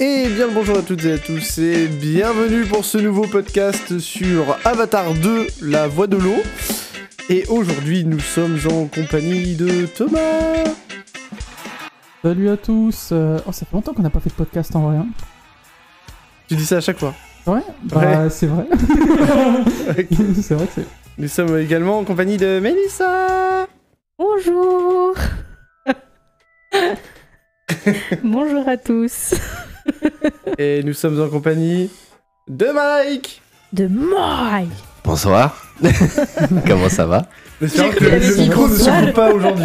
Et bien bonjour à toutes et à tous et bienvenue pour ce nouveau podcast sur Avatar 2, la voix de l'eau. Et aujourd'hui nous sommes en compagnie de Thomas. Salut à tous euh, Oh, ça fait longtemps qu'on n'a pas fait de podcast en vrai. hein. Tu dis ça à chaque fois. Ouais, bah c'est vrai. c'est vrai que c'est... Nous sommes également en compagnie de Mélissa. Bonjour Bonjour à tous Et nous sommes en compagnie de Mike. De Moi Bonsoir. Comment ça va J'espère J'ai que cru le, que t'avais dit micro ne se bonsoir. coupe pas aujourd'hui.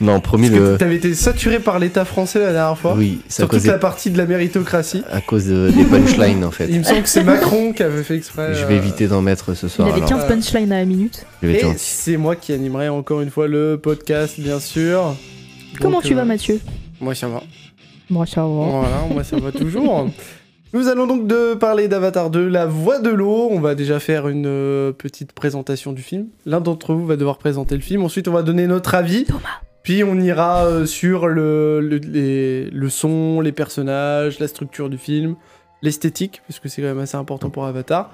Non, promis Parce que le. t'avais été saturé par l'état français la dernière fois. Oui, c'est à Sur cause, toute des... la partie de la méritocratie. à cause de- des punchlines en fait. Il me semble que c'est Macron qui avait fait exprès. Je vais euh, éviter d'en mettre ce Il soir. avait Alors, 15 punchlines à la minute. je vais être Et gentil. c'est moi qui animerai encore une fois le podcast, bien sûr. Comment Donc, tu euh, vas Mathieu Moi ça va. Moi ça va. Voilà, moi ça va toujours. Nous allons donc de parler d'Avatar 2, La Voix de l'eau. On va déjà faire une euh, petite présentation du film. L'un d'entre vous va devoir présenter le film. Ensuite, on va donner notre avis. Puis on ira euh, sur le, le- les- le son, les personnages, la structure du film, l'esthétique, parce que c'est quand même assez important pour Avatar.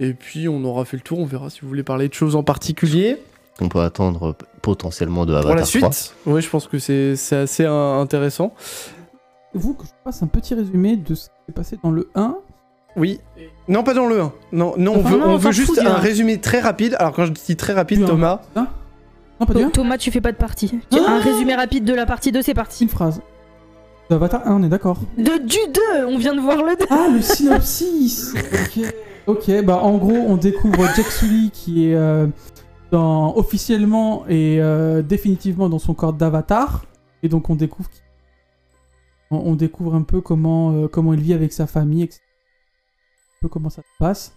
Et puis on aura fait le tour, on verra si vous voulez parler de choses en particulier. On peut attendre p- potentiellement de Avatar pour la 3. suite, oui, je pense que c'est c'est assez euh, intéressant. Vous, que je fasse un petit résumé de ce qui s'est passé dans le 1. Oui. Non, pas dans le 1. Non, non on Ah veut, non, on on veut s'en juste fout du un un. résumé très rapide. Alors, quand je dis très rapide, Du un. Thomas, Non, pas du 1 Thomas, tu fais pas de partie. Ah Un résumé rapide de la partie 2, c'est Une parti. phrase. De Avatar 1, on est d'accord. De du 2 On vient de voir le 2 Ah, le synopsis ok. Ok, bah en gros, on découvre Jack Sully qui est euh, dans, officiellement et euh, définitivement dans son corps d'avatar. Et donc, on découvre, qu'il- on, on découvre un peu comment, euh, comment il vit avec sa famille, etc. Un peu comment ça se passe.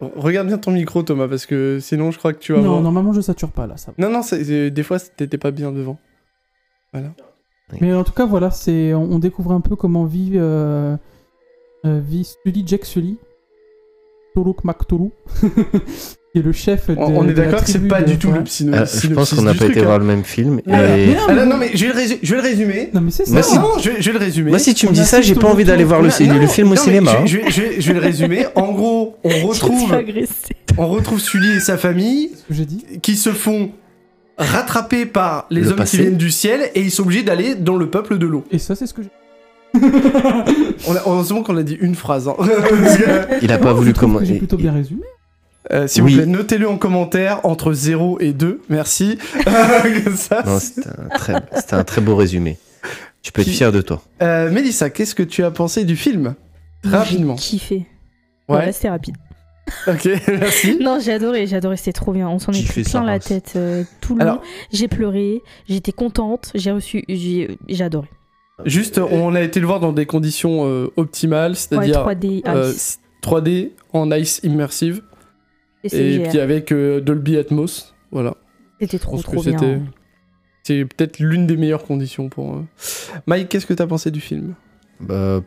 regarde bien ton micro, Thomas, parce que sinon, je crois que tu vas. Non, avoir- normalement, je sature pas là, ça va. non, non, c'est- c'est- des fois, t'étais pas bien devant. Mais en tout cas, voilà, c'est on on découvre un peu comment vit, euh, euh, vit Sully, Jack Sully, Turuk Maktulu, qui est le chef de On, on est de la d'accord que c'est tribu pas de- du tout ouais. le syno- Euh, je synopsis pense qu'on n'a du pas été truc, hein. voir le même film. Ah, Et... merde, Ah, non, mais- non, mais je vais le, résu- je vais le résumer. Non, mais c'est ça. hein, Moi, si- Non, je vais, je vais le résumer. Moi, si tu me on dis ça, assiste j'ai au pas envie d'aller retour. voir le, Non, cin- non, le film non, au mais cinéma. hein. Je, je- je vais- je vais le résumer. En gros, on retrouve, agressé. on retrouve Sully et sa famille ce que j'ai dit. qui se font rattraper par les Le hommes passé. qui viennent du ciel et ils sont obligés d'aller dans le peuple de l'eau. Et ça, c'est ce que j'ai On a, heureusement qu'on a dit une phrase. hein. Parce que, Il a pas voulu Je trouve que J'ai commenter. plutôt bien résumé. euh, S'il Oui. vous plaît, notez-le en commentaire entre 0 et 2. Merci. Comme ça. Non, c'était un, très... c'était un très beau résumé. Tu peux être Qui- fier de toi. Euh, Mélissa, qu'est-ce que tu as pensé du film Rapidement. Kiffé. Ouais, Ouais, c'était rapide. ok, merci. Non, j'ai adoré, j'ai adoré, c'était trop bien. On s'en est Kiffé, pris ça plein la passe. tête euh, tout le Alors- long. J'ai pleuré, j'étais contente, j'ai reçu, j'ai j'ai adoré. Juste, on a été le voir dans des conditions euh, optimales, Ouais, c'est-à-dire 3D, euh, Ice, 3D en ice immersive et et CGR. puis avec euh, Dolby Atmos. Voilà. C'était Je trop, pense trop que bien. c'était. C'est peut-être l'une des meilleures conditions pour. euh. Mike, qu'est-ce que t'as pensé du film Bah,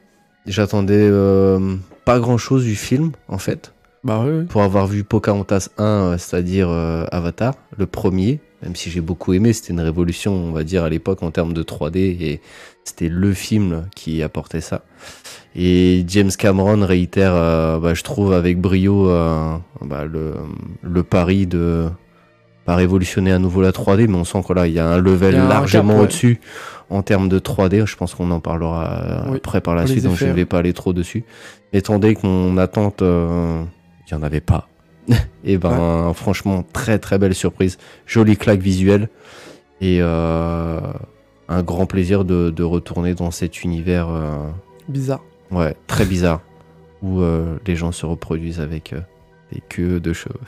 J'attendais euh, pas grand chose du film en fait. Bah oui. pour avoir vu Pocahontas 1, euh, c'est-à-dire euh, Avatar, le premier, même si j'ai beaucoup aimé, c'était une révolution, on va dire, à l'époque en termes de 3D, et c'était le film qui apportait ça. Et James Cameron réitère, euh, bah, je trouve, avec brio euh, bah, le, le pari de pas révolutionner à nouveau la 3D, mais on sent que là, il y a un level Il y a un largement cap, ouais. au-dessus en termes de 3D. Je pense qu'on en parlera euh, Oui, après par la pour les suite, donc je effets, ne vais ouais. pas aller trop dessus. Étant donné que mon attente, euh, il n'y en avait pas. et ben, franchement, très très belle surprise. Jolie claque visuelle. Et euh, un grand plaisir de, de retourner dans cet univers euh, Bizarre. ouais, très bizarre où euh, les gens se reproduisent avec euh, des queues de cheveux.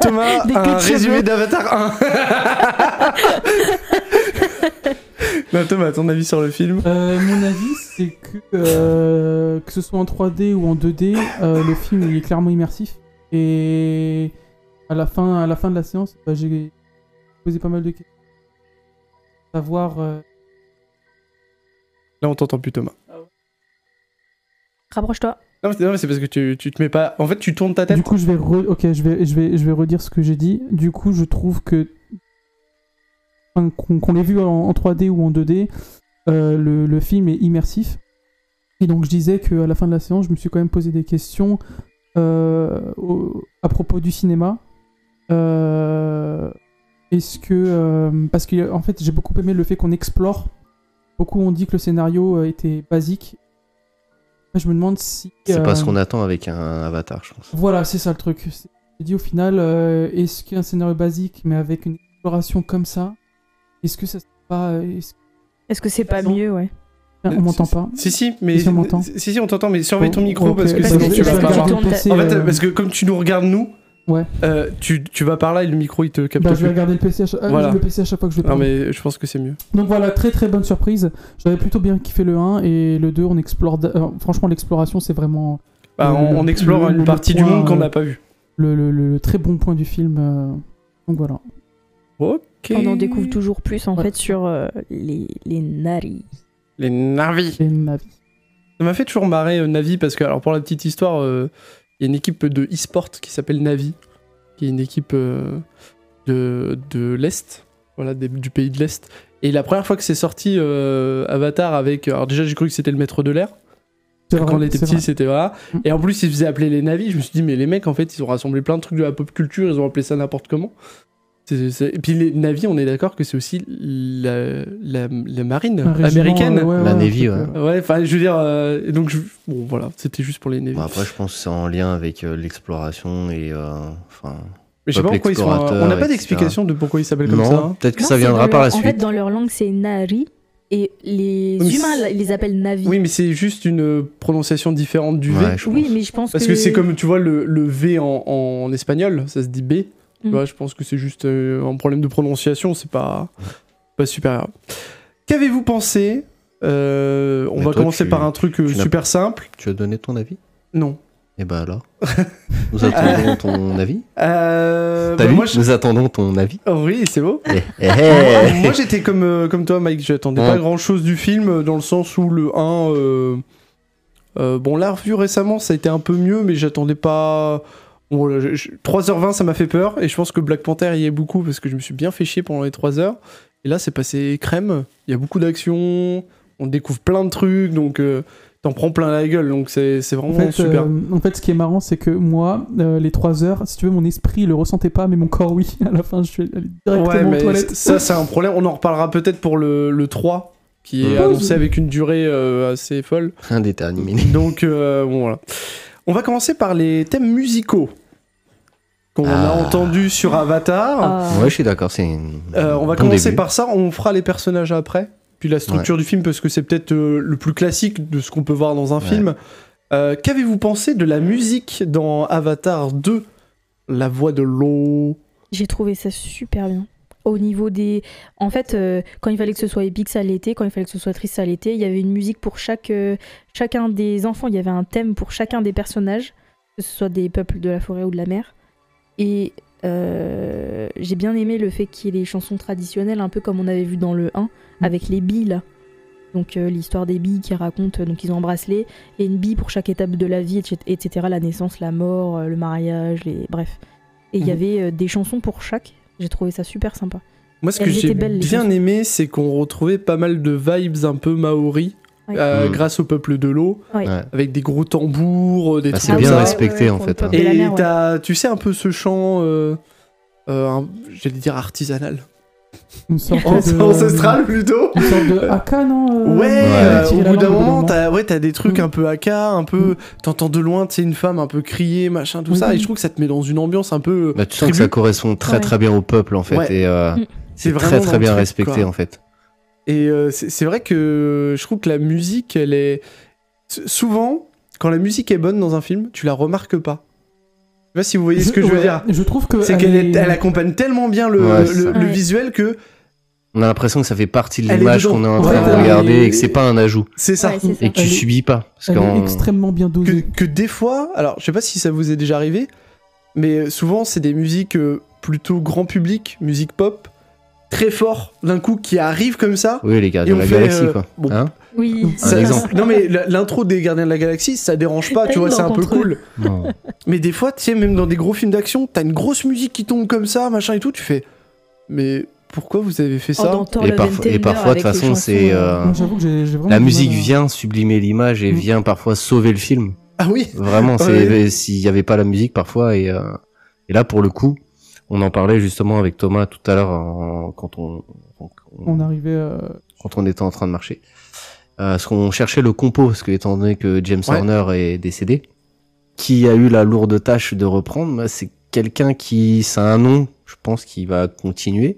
Thomas, Des queues un de résumé cheveux. d'Avatar 1. non, Thomas, ton avis sur le film Euh, mon avis, c'est que euh, que ce soit en 3D ou en 2D, euh, le film il est clairement immersif. Et à la fin, à la fin de la séance, bah, j'ai posé pas mal de questions. Savoir. euh, Là, on t'entend plus, Thomas. Rapproche-toi. Non, mais c'est- non, mais c'est parce que tu, tu te mets pas. En fait, tu tournes ta tête. Du coup, je vais, re- ok, je vais, je vais, je vais redire ce que j'ai dit. Du coup, je trouve que enfin, qu'on qu'on l'ait vu en, en 3D ou en 2D, euh, le, le film est immersif. Et donc je disais qu'à la fin de la séance, je me suis quand même posé des questions euh, au- à propos du cinéma. Euh, Est-ce que... euh, parce que en fait j'ai beaucoup aimé le fait qu'on explore. Beaucoup ont dit que le scénario euh, était basique. Après, je me demande si... C'est euh, pas ce qu'on attend avec un avatar, je pense. voilà, c'est ça le truc. C'est- J'ai dit au final, euh, est-ce qu'un scénario basique, mais avec une exploration comme ça, est-ce que ça serait pas. euh, est-ce que- Est-ce que c'est pas Raison. mieux, ouais Tiens, On m'entend pas. Si, si, mais. Ici, on m'entend. Si, si, on t'entend, mais surveille ton Bon, micro ok, parce que bah, sinon je- tu je vas vais pas. regarder. voir. regarder voir. le PC, En fait, euh, parce que comme tu nous regardes, nous. Ouais. euh, tu, tu vas par là et le micro il te capte bah, je plus. vais regarder le PC, à chaque... ah, Voilà. le PC à chaque fois que je vais Non, parler. mais je pense que c'est mieux. Donc voilà, très très bonne surprise. J'avais plutôt bien kiffé le 1 et le 2, on explore. d- euh, franchement, l'exploration, c'est vraiment Bah, on, Le- on explore le- une le partie du point, monde qu'on euh, n'a pas vu. le, le- le très bon point du film. euh, Donc voilà. Ok. On en découvre toujours plus en Ouais. fait sur euh, les, les Nari. Les Navi. Et Navi. Ça m'a fait toujours marrer euh, Navi parce que, alors pour la petite histoire, euh, il y a une équipe de e-sport qui s'appelle Navi, qui est une équipe euh, de, de l'Est, voilà, des- du pays de l'Est. Et la première fois que c'est sorti euh, Avatar avec. Alors déjà, j'ai cru que c'était le maître de l'air. C'est Quand vrai, on était c'est petit, vrai. c'était voilà. Mm. Et en plus, ils faisaient appeler les navis. Je me suis dit, mais les mecs, en fait, ils ont rassemblé plein de trucs de la pop culture, ils ont appelé ça n'importe comment. C'est- c'est- Et puis les navis, on est d'accord que c'est aussi la, la- la marine Un régiment, américaine. euh, ouais, La ouais, Navy, un truc, ouais. Ouais, enfin, je veux dire, euh, et donc, je- bon, voilà, c'était juste pour les navis. Bon, après, je pense que c'est en lien avec euh, l'exploration et. euh, Enfin. Mais je sais pas peuple pourquoi ils sont. euh, On n'a pas explorateur, d'explication de pourquoi ils s'appellent comme non, ça. hein. peut-être que Non, ça c'est viendra dans par la leur- suite. En fait, dans leur langue, c'est Nari. Et les Oui, mais humains, c'est- là, ils les appellent Navi. Oui, mais c'est juste une euh, prononciation différente du V. Ouais, je Oui, pense. mais je pense Parce que c'est comme, tu vois, le, le V en, en espagnol, ça se dit B. Tu Mm. vois, je pense que c'est juste euh, un problème de prononciation, c'est pas, pas super grave. Qu'avez-vous pensé Euh, On Mais va toi, commencer tu- par un truc euh, tu n'as- super simple. Tu as donné ton avis Non. Et bah alors Nous attendons ton avis Euh, T'as bah, vu moi, je- Nous attendons ton avis. Oh oui, c'est beau. Eh, eh, Moi, eh. Ah, moi, j'étais comme, euh, comme toi, Mike. J'attendais pas Ouais. grand chose du film euh, dans le sens où le 1. euh, euh, bon, l'a revu récemment, ça a été un peu mieux, mais j'attendais pas. Bon, là, je- je- 3h20, ça m'a fait peur. Et je pense que Black Panther y est beaucoup parce que je me suis bien fait chier pendant les 3 heures. Et là, c'est passé crème. Il y a beaucoup d'action. On découvre plein de trucs. Donc, euh, t'en prends plein la gueule. Donc, c'est c'est En vraiment fait, super. euh, en fait, ce qui est marrant, c'est que moi, euh, les 3 heures, si tu veux, mon esprit le ressentait pas, mais mon corps, oui. À la fin, je suis allé directement Ouais, aux mais toilettes. ça, c'est un problème. On en reparlera peut-être pour le, le 3, qui est Ouais. annoncé avec une durée euh, assez folle. Indéterminé. Donc, euh, bon, voilà. On va commencer par les thèmes musicaux qu'on a Ah. entendus sur Avatar. Ah. Ouais, je suis d'accord, c'est une- Euh, on va bon commencer début. par ça, on fera les personnages après, puis la structure du film, parce que c'est peut-être euh, le plus classique de ce qu'on peut voir dans un Ouais. film. Euh, Qu'avez-vous pensé de la musique dans Avatar 2 La voix de l'eau. J'ai trouvé ça super bien. Au niveau des. En fait, euh, quand il fallait que ce soit épique, ça l'était. Quand il fallait que ce soit triste, ça l'était. Il y avait une musique pour chaque, euh, chacun des enfants. Il y avait un thème pour chacun des personnages, que ce soit des peuples de la forêt ou de la mer. Et euh, j'ai bien aimé le fait qu'il y ait des chansons traditionnelles, un peu comme on avait vu dans le 1, avec les billes là. Donc euh, l'histoire des billes qui raconte, euh, donc ils ont un bracelet, et une bille pour chaque étape de la vie, etc. etc., la naissance, la mort, euh, le mariage, les... bref. Et il Mhm. y avait euh, des chansons pour chaque. J'ai trouvé ça super sympa. Moi, ce Elles que étaient j'ai belles, les bien chansons. aimé, c'est qu'on retrouvait pas mal de vibes un peu maori Ouais. euh, Mm. grâce au peuple de l'eau, Ouais. Ouais. avec des gros tambours, euh, des Bah, trucs c'est Ah comme bien ouais, ça. respecté ouais, en pour fait. le hein. peuple. Et la Et mer, ouais. t'as- tu sais, un peu ce chant, euh, euh, un- j'allais dire artisanal, Une sorte de- ancestral plutôt. Une sorte de haka, non euh, Ouais, euh, tirer au la bout d'un langue moment, t'as ouais, t'as des trucs Mm. un peu haka, un peu. T'entends de loin, tu sais, une femme un peu crier, machin, tout Oui, ça. Et oui. je trouve que ça te met dans une ambiance un peu. Bah, tu sens que tribu. ça correspond très Ouais. très bien au peuple en fait. Ouais. Et, euh, Mm. C'est c'est vraiment très dans très le bien truc, respecté quoi. en fait. Et euh, c'est c'est vrai que je trouve que la musique, elle est. S- Souvent, quand la musique est bonne dans un film, tu la remarques pas. Je sais pas si vous voyez ce que je veux ouais, dire. Je trouve que. C'est elle qu'elle est- est- elle accompagne tellement bien le, Ouais, le- c'est le- ça. le Ouais. visuel que On a l'impression que ça fait partie de Elle est l'image dedans. qu'on est en Ouais, train elle de regarder est- et que c'est pas un ajout. c'est ça. Ouais, c'est ça. Et que tu Elle est- subis pas. Parce Elle est qu'en- extrêmement bien que, dosée. que des fois, alors je sais pas si ça vous est déjà arrivé, mais euh, souvent c'est des musiques euh, plutôt grand public, musique pop, très fort d'un coup qui arrive comme ça. Oui, les gars Et de on la fait, galaxie euh, quoi. bon. Hein Oui. Un Ça- exemple. Non mais la- l'intro des Gardiens de la Galaxie, ça dérange pas, tu vois, c'est un peu Contre eux. cool. Non. Mais des fois, tu sais, même dans des gros films d'action, t'as une grosse musique qui tombe comme ça, machin et tout, tu fais. Mais pourquoi vous avez fait Oh, ça dans Thor Et, Love parf- and et Thunder, parfois, de avec toute les façon, chansons, c'est. euh, euh, Moi, j'avoue que j'ai j'ai vraiment. La du mal musique à- vient sublimer l'image et Mm. vient parfois sauver le film. Ah oui Vraiment, Ouais. c'est s'il n'y avait pas la musique parfois et, euh, et là pour le coup, on en parlait justement avec Thomas tout à l'heure en- quand on, on- On arrivait. euh, quand on était en train de marcher. Euh, parce qu'on cherchait le compo, parce que étant donné que James Ouais. Horner est décédé, qui a eu la lourde tâche de reprendre, bah, c'est quelqu'un qui, ça a un nom, je pense, qui va continuer,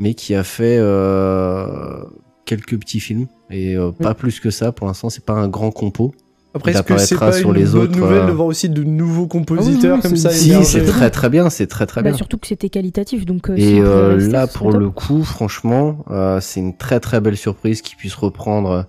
mais qui a fait euh, quelques petits films et euh, pas plus que ça. Pour l'instant, c'est pas un grand compo. Après, Il est-ce que c'est apparaîtera pas sur une les bonne autres, nouvelle euh, de voir aussi de nouveaux Ah compositeurs oui, oui, comme c'est- ça Si, émerger c'est très très bien, c'est très très bien. Bah, surtout que c'était qualitatif, donc. euh, si Et on pouvait euh, rester là, sur ce pour top. le coup, franchement, euh, c'est une très très belle surprise qu'ils puissent reprendre euh,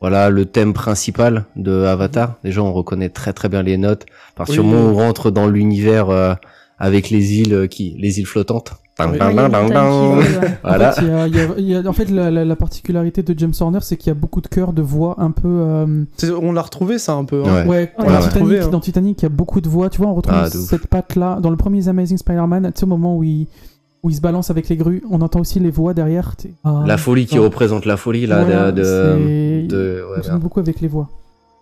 voilà, le thème principal de Avatar. Déjà, on reconnaît très très bien les notes. Par Oui. sûrement, on rentre dans l'univers euh, avec les îles euh, qui, les îles flottantes. Ding, Oui. Ouais, ding, il y a ding, une ding, montagne ding. qui vole, ouais. Voilà. En fait, il y a- il y a- il y a- en fait, la, la- la particularité de James Horner, c'est qu'il y a beaucoup de chœurs, de voix un peu. euh, C'est- On l'a retrouvé ça un peu. hein. Ouais. Ouais, on dans, l'a Titanic, retrouvé, hein. dans Titanic, il y a beaucoup de voix. Tu vois, on retrouve Ah, de ouf. cette patte-là. Dans le premier Amazing Spider-Man, tu sais, au moment où il, où il se balance avec les grues, on entend aussi les voix derrière. tu sais. Ah, La folie qui putain. représente la folie là Voilà, de, de, c'est- de- ouais, On sonne merde. beaucoup avec les voix.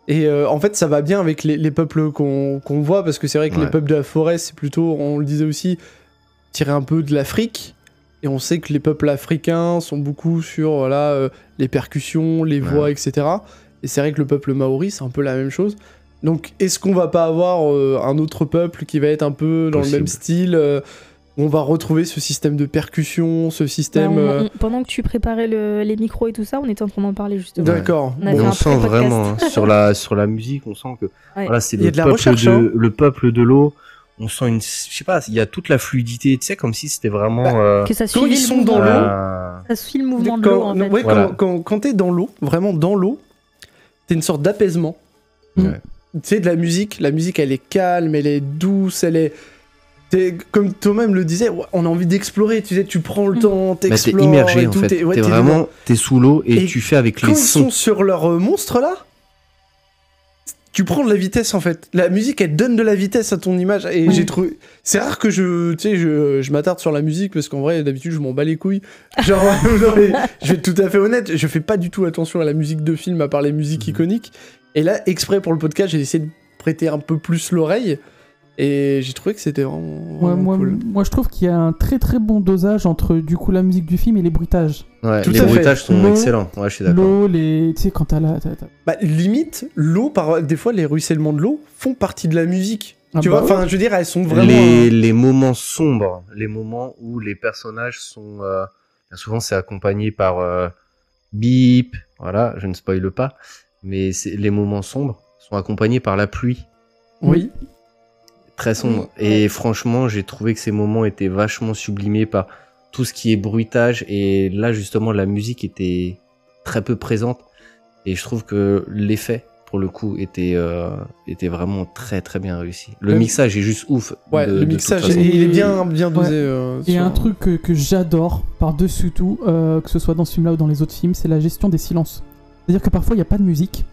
Et euh, en fait, ça va bien avec les, les peuples qu'on qu'on voit, parce que c'est vrai que les Ouais. peuples de la forêt, c'est plutôt, on le disait aussi, tirer un peu de l'Afrique. Et on sait que les peuples africains sont beaucoup sur voilà, euh, les percussions, les voix, etc. Et c'est vrai que le peuple maori, c'est un peu la même chose. Donc, est-ce qu'on va pas avoir euh, un autre peuple qui va être un peu dans le même Possible. style euh, où On va retrouver ce système de percussion, ce Bah, système. on- euh, on- pendant que tu préparais le- les micros et tout ça, on était en train d'en parler justement. Ouais. D'accord. On a Et fait on un sent pré-podcast. vraiment hein, sur la sur la musique, on sent que voilà, c'est Il y a le, de la peuple recherche, de- hein. le peuple de l'eau. On sent une, je sais pas, il y a toute la fluidité, tu sais, comme si c'était vraiment. Bah, euh, Que ça Quand suivait ils le sont mouvement dans de l'eau, euh, Ça suit le mouvement de Quand- l'eau en fait. ouais, Voilà. quand, quand- quand t'es dans l'eau, vraiment dans l'eau, t'es une sorte d'apaisement. Ouais. Tu sais, de la musique, la musique elle est calme, elle est douce, elle est. t'es- comme toi-même le disais, ouais, on a envie d'explorer, tu sais, tu prends le Mm. temps, Bah, t'es t'explores. immergé et en tout, fait. T'es ouais, dedans. vraiment, t'es sous l'eau et, Et tu fais avec Quand les ils sons. sont sur leur euh, monstre là, tu prends de la vitesse en fait. La musique elle donne de la vitesse à ton image. Et Oui. j'ai trouvé. C'est rare que je, tu sais, je, je m'attarde sur la musique parce qu'en vrai, d'habitude, je m'en bats les couilles. Genre, non, mais je vais être tout à fait honnête, je fais pas du tout attention à la musique de film à part les musiques Mhm. iconiques. Et là, exprès pour le podcast, j'ai essayé de prêter un peu plus l'oreille. Et j'ai trouvé que c'était vraiment, Ouais, vraiment moi, cool. moi, je trouve qu'il y a un très très bon dosage entre du coup la musique du film et les bruitages. Ouais, Tout les à fait. bruitages sont L'eau- excellents. Ouais, je suis d'accord. L'eau, les. Tu sais, quand t'as la. t'as- t'as- Bah, limite, l'eau, par... des fois, les ruissellements de l'eau font partie de la musique. Ah tu bah vois, ouais. enfin, je veux dire, elles sont vraiment. hein. les, les moments sombres, les moments où les personnages sont. euh, bien souvent, c'est accompagné par euh, bip, voilà, je ne spoile pas, mais c'est- les moments sombres sont accompagnés par la pluie, Oui. très sombre. Oui, Et franchement, j'ai trouvé que ces moments étaient vachement sublimés par tout ce qui est bruitage, et là, justement, la musique était très peu présente, et je trouve que l'effet. Pour le coup, était, euh, était vraiment très très bien réussi. Le Le- mixage est juste ouf. Ouais, de- de le toute mixage, façon. il il est bien, façon. bien dosé. euh, Et sur- un truc que, que j'adore par-dessus tout, euh, que ce soit dans ce film-là ou dans les autres films, c'est la gestion des silences. C'est-à-dire que parfois il n'y a pas de musique.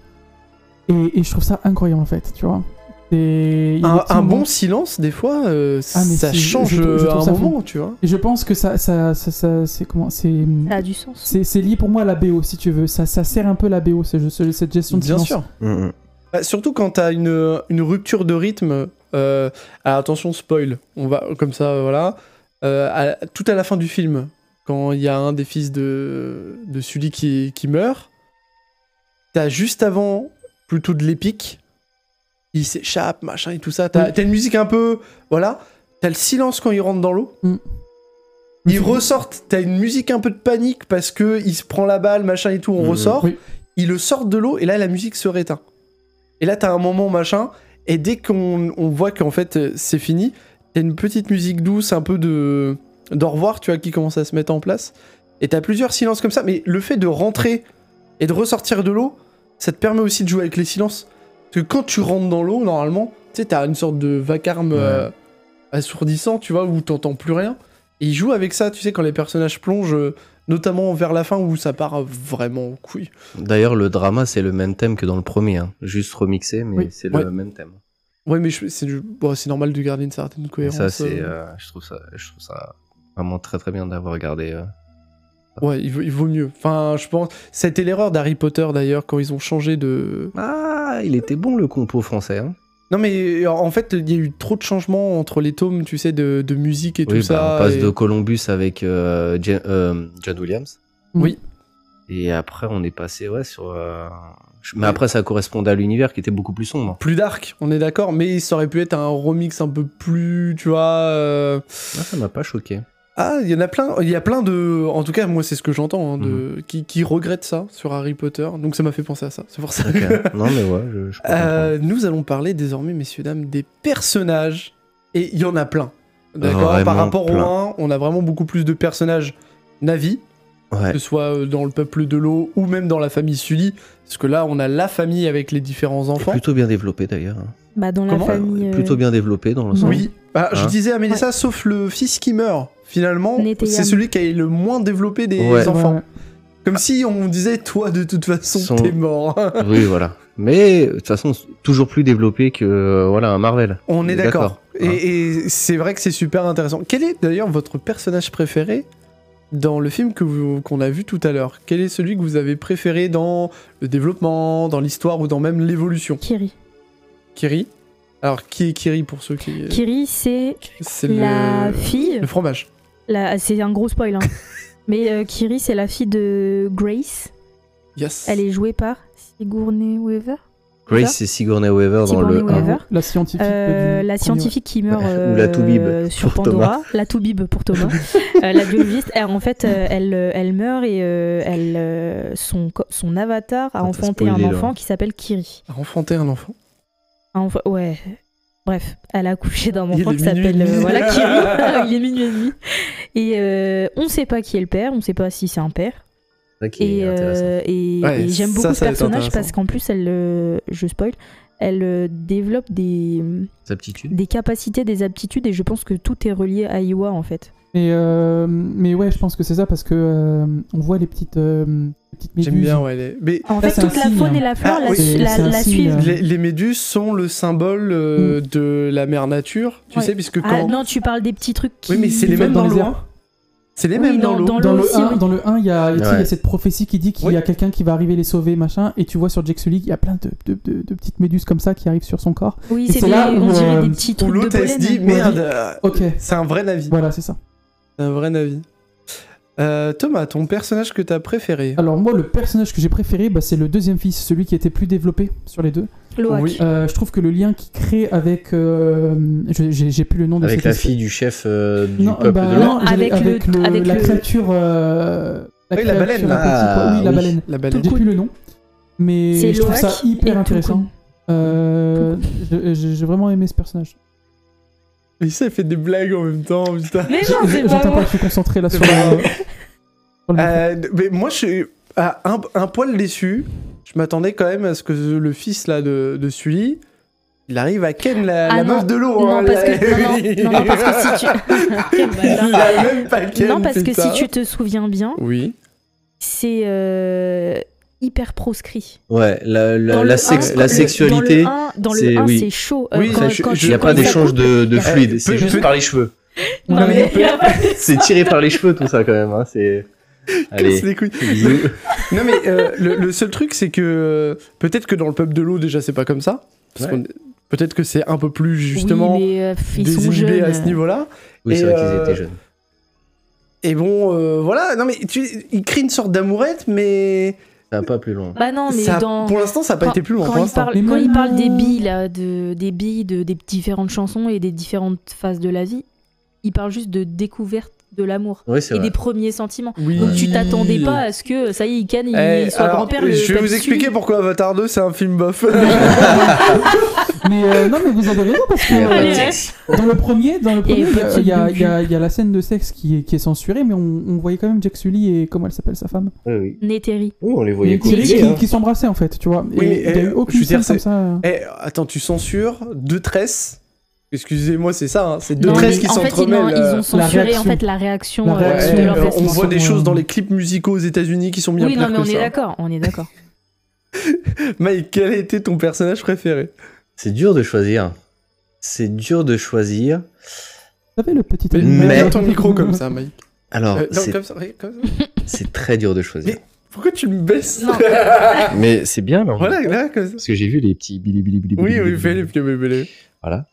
Et, et je trouve ça incroyable en fait, tu vois. Et il y a des Un, petits un moments- bon silence, des fois, euh, hein. Ah, mais ça si, je- change je trouve- je euh, trouve un ça fou. moment, tu vois. Et je pense que ça, ça, ça, ça- c'est comment C'est. Ça a du sens. C'est c'est lié pour moi à la BO, si tu veux. Ça, ça sert un peu la BO, ce- ce- cette gestion de Bien silence. sûr. Mm, mm. Bah, surtout quand t'as une, une rupture de rythme. euh, alors, attention, spoil. On va comme ça, euh, voilà. Euh, à- tout à la fin du film, quand il y a un des fils de, de Sully qui, qui meurt, t'as juste avant, plutôt de l'épique, il s'échappe, machin et tout ça. T'as Oui. t'as une musique un peu. Voilà. T'as le silence quand il rentre dans l'eau. Mm. Ils ressortent, t'as une musique un peu de panique parce que il se prend la balle, machin et tout, on Mhm. ressort. Oui. Ils le sortent de l'eau et là la musique se réteint. Et là t'as un moment machin, et dès qu'on on voit qu'en fait euh, c'est fini, t'as une petite musique douce, un peu de d'au revoir, tu vois, qui commence à se mettre en place. Et t'as plusieurs silences comme ça, mais le fait de rentrer et de ressortir de l'eau, ça te permet aussi de jouer avec les silences. Parce que quand tu rentres dans l'eau, normalement, tu sais, t'as une sorte de vacarme Ouais. euh, assourdissant, tu vois, où t'entends plus rien. Et il joue avec ça, tu sais, quand les personnages plongent, euh, notamment vers la fin où ça part euh, vraiment en couille. D'ailleurs, le drama, c'est le même thème que dans le premier. hein. Juste remixé, mais Oui. c'est Ouais. le même thème. Ouais, mais je- c'est du- bon, c'est normal de garder une certaine Et cohérence. ça, c'est, euh. euh, je, trouve ça, je trouve ça vraiment très très bien d'avoir regardé euh, Ouais, il vaut, il vaut mieux. Enfin, je pense. C'était l'erreur d'Harry Potter d'ailleurs quand ils ont changé de. Ah, il était bon le compo français. Hein. Non, mais euh, en fait, il y a eu trop de changements entre les tomes, tu sais, de, de musique et Oui, tout ça. bah, on passe et- de Columbus avec euh, Ja- euh, John Williams. Mm. Oui. Et après, on est passé ouais, sur. euh, je- Mais après, ça correspondait à l'univers qui était beaucoup plus sombre. Plus dark, on est d'accord, mais ça aurait pu être un remix un peu plus, tu vois. euh, Ah, ça m'a pas choqué. Ah, il y en a plein, il y a plein de, en tout cas moi c'est ce que j'entends, hein, de... Mhm. qui, qui regrettent ça sur Harry Potter, donc ça m'a fait penser à ça, c'est pour ça Ok. que... non, mais ouais, je, je peux comprendre. Euh, nous allons parler désormais, messieurs, dames, des personnages, et il y en a plein, d'accord Vraiment Par rapport plein. au 1, on a vraiment beaucoup plus de personnages Navi, Ouais. que ce soit euh, dans le peuple de l'eau ou même dans la famille Sully, parce que là on a la famille avec les différents enfants. Plutôt bien développé d'ailleurs. hein. Bah, dans la Comment famille. euh, Plutôt bien développé dans l'ensemble. Oui, Ah, je Hein disais à Mélissa, sauf le fils qui meurt, finalement, Neteyam. c'est celui qui est le moins développé des Ouais. enfants. Ouais. Comme si on disait, toi, de toute façon, Son- t'es mort. Oui, voilà. Mais de toute façon, c'est toujours plus développé que euh, voilà un Marvel. On est d'accord. Et, Hein. et c'est vrai que c'est super intéressant. Quel est d'ailleurs votre personnage préféré dans le film que vous- qu'on a vu tout à l'heure Quel est celui que vous avez préféré dans le développement, dans l'histoire ou dans même l'évolution Kiri. Kiri Alors, qui est Kiri pour ceux qui. Kiri, c'est Euh, C'est la le... fille. le fromage. la- C'est un gros spoil. hein. Mais euh, Kiri, c'est la fille de Grace. Yes. Elle est jouée par Sigourney Weaver. Grace et Sigourney Weaver dans Sigourney le 1. Weaver. La scientifique. Euh, du la premier, scientifique qui meurt Ouais, euh, ou la toubib sur pour Pandora, la toubib pour Thomas, Euh, la biologiste, elle, en fait, euh, elle, euh, elle meurt et euh, elle, euh, son, co- son avatar a T'as enfanté un spoilé, là. enfant qui s'a'ppelle Kiri. A enfanté un enfant. Un enfa- ouais. Bref, elle a accouché d'un Il enfant est qui s'appelle minuit et euh, demi. voilà Kiri. Il est minuit et demi. Et euh, on ne sait pas qui est le père, on ne sait pas si c'est un père. Ça qui Et, est intéressant. euh, et- Ouais, et j'aime ça, beaucoup ça ce va être personnage parce intéressant. qu'en plus, elle, euh, je spoil, elle euh, développe des Des aptitudes. des capacités, des aptitudes, et je pense que tout est relié à Iwa en fait. Mais, euh, mais ouais, je pense que c'est ça parce que euh, on voit les petites, euh, les petites méduses. J'aime bien, ouais. les- Mais En Ça, fait, c'est toute un la signe, faune hein. et la flore Ah, la, oui, su- c'est la- un la signe, suivent. euh, Les, les méduses sont le symbole euh, de la mère nature, tu Ouais. sais, puisque Ah, quand. non, tu parles des petits trucs qui. Oui, mais c'est les Ils mêmes flottent dans dans les l'eau. airs. hein. C'est les Oui, mêmes dans dans- l'eau. dans Dans le, Aussi, 1, oui. dans le 1, il y, a- tu sais, il y a Ouais. cette prophétie qui dit qu'il y a quelqu'un qui va arriver les sauver, machin. Et tu vois sur Jack Sully, il y a plein de, de- de- de petites méduses comme ça qui arrivent sur son corps. Oui, Et c'est c'est des- là on où, dirait euh, des petits Où trucs de l'autre elle se pollen. dit merde, euh, Ok, c'est un vrai navi. voilà, c'est ça. C'est un vrai navi. Euh, Thomas, ton personnage que t'as préféré Alors, moi, le personnage que j'ai préféré, bah, c'est le deuxième fils, celui qui était plus développé sur les deux. Loak. Oui. Euh, je trouve que le lien qu'il crée avec. euh, je- j'ai j'ai plus le nom de Avec cet la espèce- fille du chef euh, du Non, peuple bah, de l'eau. non, Non, j'allais- avec le- avec le- avec la le- créature. euh, Oui, la baleine, créature là. aquatique, quoi. Ah, oui, la oui. baleine. La J'ai baleine. plus le nom. Mais C'est je trouve Loak ça hyper et intéressant. Euh, je- je- J'ai vraiment aimé ce personnage. Mais ça, elle fait des blagues en même temps, putain. Tukun. Mais non, c'est J'ai- pas J'entends pas, moi. je suis concentré là sur le. sur le- Euh, mais moi, je suis à un, un poil déçu. Je m'attendais quand même à ce que le fils là de, de Sully, il arrive à Ken la, Ah la non. meuf de l'eau. Non, hein, parce la- que. Non, non, non, non, parce que si tu. Quel Il bâtard. a même pas Ken, Non, parce que putain. si tu te souviens bien, Oui. c'est euh, hyper proscrit. Ouais, la, la, Dans la le sex- un, la le- sexualité. Dans le 1, dans c'est- le 1, oui. c'est chaud. Euh, Oui, quand- ça, je- quand- je- Il n'y a quand pas ça d'échange coupe- de, de y a- fluide, c'est Peu- juste peu- par les cheveux. On Non, a- mais il y a pas- C'est tiré par les cheveux tout ça quand même. Hein. C'est. Casse Allez. les couilles. bisous. Non mais euh, le, le seul truc c'est que euh, peut-être que dans le peuple de l'eau déjà c'est pas comme ça. Parce Ouais. qu'on- peut-être que c'est un peu plus justement Oui, mais, euh, pff, ils sont désinhibé jeunes. à ce niveau-là. Oui, Et, c'est vrai euh, qu'ils étaient jeunes. Et bon euh, voilà non mais tu, il crée une sorte d'amourette mais, Ça va pas plus loin. Bah non, mais ça- dans. pour l'instant ça a pas quand- été plus loin quand pour il l'instant. parle, Mais quand même, il parle des euh, billes, là, de, des billes, de, des différentes chansons et des différentes phases de la vie, il parle juste de découverte de l'amour Oui, c'est et vrai. des premiers sentiments. Oui. Donc tu t'attendais pas à ce que ça y est, il canne, il, Eh, il soit alors, grand-père. le je vais pape vous expliquer suit. pourquoi Avatar 2 c'est un film bof. Mais euh, non, mais vous avez raison parce que Il y a pas de Allez, euh, sexe. dans le premier, dans le Et premier, il y a- petite il y, a- bulle. il y a- il y a la scène de sexe qui est, qui est censurée, mais on, on voyait quand même Jack Sully et comment elle s'appelle sa femme, Oui, oui. Néthéry. Oui, on les Et voyait qui, courir. qui- hein. qui s'embrassaient en fait, tu vois. Oui, Et mais, il y a eu euh, aucune je veux dire, scène comme c'est- Eh, ça. attends tu censures deux tresses. Excusez-moi c'est ça hein, c'est deux Non, tresses mais qui en fait, ils, s'entremêlent. ont- ils euh. ont censuré en réaction. fait la réaction, La euh, réaction, de Ouais, leur euh, on version. voit des sont, choses euh, dans les clips musicaux aux États-Unis qui sont bien Oui, non, pires mais que on est ça. d'accord, on est d'accord. Mike, quel était ton personnage préféré C'est dur de choisir. C'est dur de choisir. Vous savez, le petit Mais animal- Mais- mets ton micro comme ça, Mike. Alors, Euh, non, c'est- comme ça, oui, comme ça. c'est très dur de choisir. Pourquoi tu me baisses Non. Mais c'est bien, là. ah. Voilà, là, comme ça. Parce que j'ai vu les petits bili bili bili. Oui, bili, oui, bili, fais bili. les petits bébés. Voilà.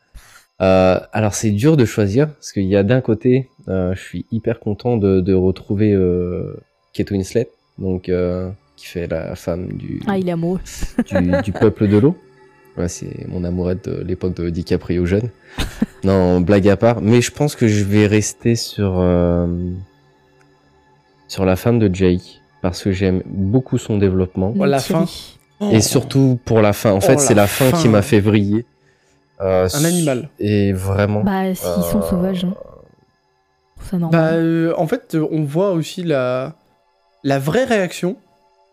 Euh, alors c'est dur de choisir parce qu'il y a d'un côté, euh, je suis hyper content de, de retrouver euh, Kate Winslet, donc euh, qui fait la femme du, Ah, il est amoureux. du, du peuple de l'eau. Ouais, c'est mon amourette de l'époque de DiCaprio jeune. non, blague à part. Mais je pense que je vais rester sur euh, sur la femme de Jake parce que j'aime beaucoup son développement. Oh, la Thierry. Et surtout pour la fin. En fait, Oh, c'est la la fin, qui fin. m'a fait vriller. Euh, Un animal. Et vraiment. Bah, ils sont euh, sauvages. Hein. Je trouve Ça Bah, normal. euh, en fait, euh, on voit aussi la, la vraie réaction.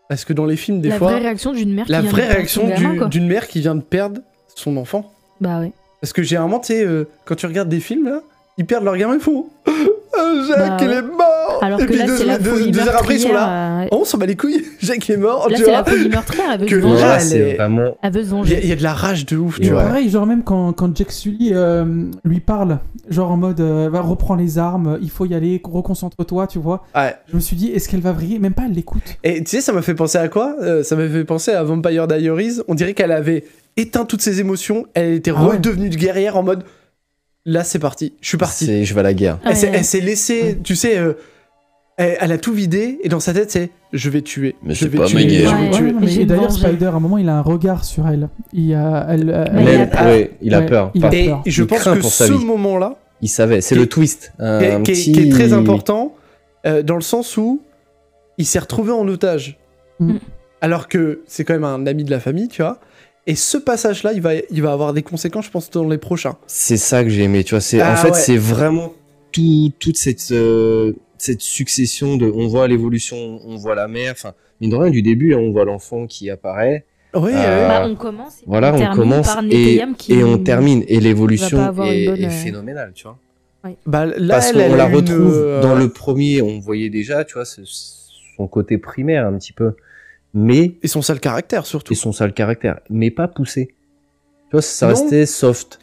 Parce que dans les films, des la fois, vraie réaction d'une mère. qui la vient de vraie perdre son réaction gamin, du- quoi. d'une mère qui vient de perdre son enfant. Bah ouais. Parce que généralement, tu sais, euh, quand tu regardes des films, là, ils perdent leur gamin, ils font Ah, Jacques, Bah ouais. il est mort Alors Et que puis là, deux, c'est la deux- folie deux heures après, ils sont là. meurtrière. euh, Oh, on s'en bat les couilles Jacques est mort, Là, tu c'est la vois folie meurtrière. Elle veut se Que- venger. Là, elle c'est est- vraiment. Elle veut se Il y, a- venger. il y a de la rage de ouf, Et tu ouais. vois. Pareil, genre même quand, quand Jack Sully euh, lui parle, genre en mode euh, va, reprends les armes, il faut y aller, reconcentre-toi, tu vois. Ouais. Je me suis dit, est-ce qu'elle va vriller Même pas, elle l'écoute. Et tu sais, ça m'a fait penser à quoi Euh, Ça m'a fait penser à Vampire Diaries. On dirait qu'elle avait éteint toutes ses émotions, elle était Ah ouais. redevenue de guerrière en mode Là, c'est parti, je suis parti. c'est- Je vais à la guerre. Elle s'est- Ah Ouais. elle s'est laissée, tu sais, euh, elle, elle a tout vidé et dans sa tête c'est je vais tuer, Mais je c'est vais pas tuer, ma guerre. je vais Ouais. tuer. mais- Mais j'ai et d'ailleurs, mangé. Spider, à un moment, il a un regard sur elle. Il a, elle, euh, elle- Mais il Même a pour peur. elle, il a Ouais, peur. il a Par- Et peur. je Il pense craint que pour sa ce vie. moment-là, Il savait. C'est le Qui- twist. qui est- Un qui est, petit- qui est très important, euh, dans le sens où il s'est retrouvé en otage, Mm. alors que c'est quand même un ami de la famille, tu vois. Et ce passage-là, il va, il va avoir des conséquences, je pense, dans les prochains. C'est ça que j'ai aimé. Tu vois, c'est Ah en fait, ouais. c'est vraiment tout, toute cette euh, cette succession de. On voit l'évolution, on voit la mère. Enfin, mine de rien, du début, hein, on voit l'enfant qui apparaît. Oui, Euh, Bah, on commence. et Voilà, on termine commence par et, Neteyam qui- et on termine. Et va pas l'évolution avoir est, une bonne, est euh, phénoménale, tu vois. bah, là, Parce elle, elle qu'on a la une, retrouve euh, dans le premier, on voyait déjà, tu vois, ce- son côté primaire un petit peu. Mais Et son sale caractère, surtout. et son sale caractère, mais pas poussé. Tu vois, ça Non. restait soft.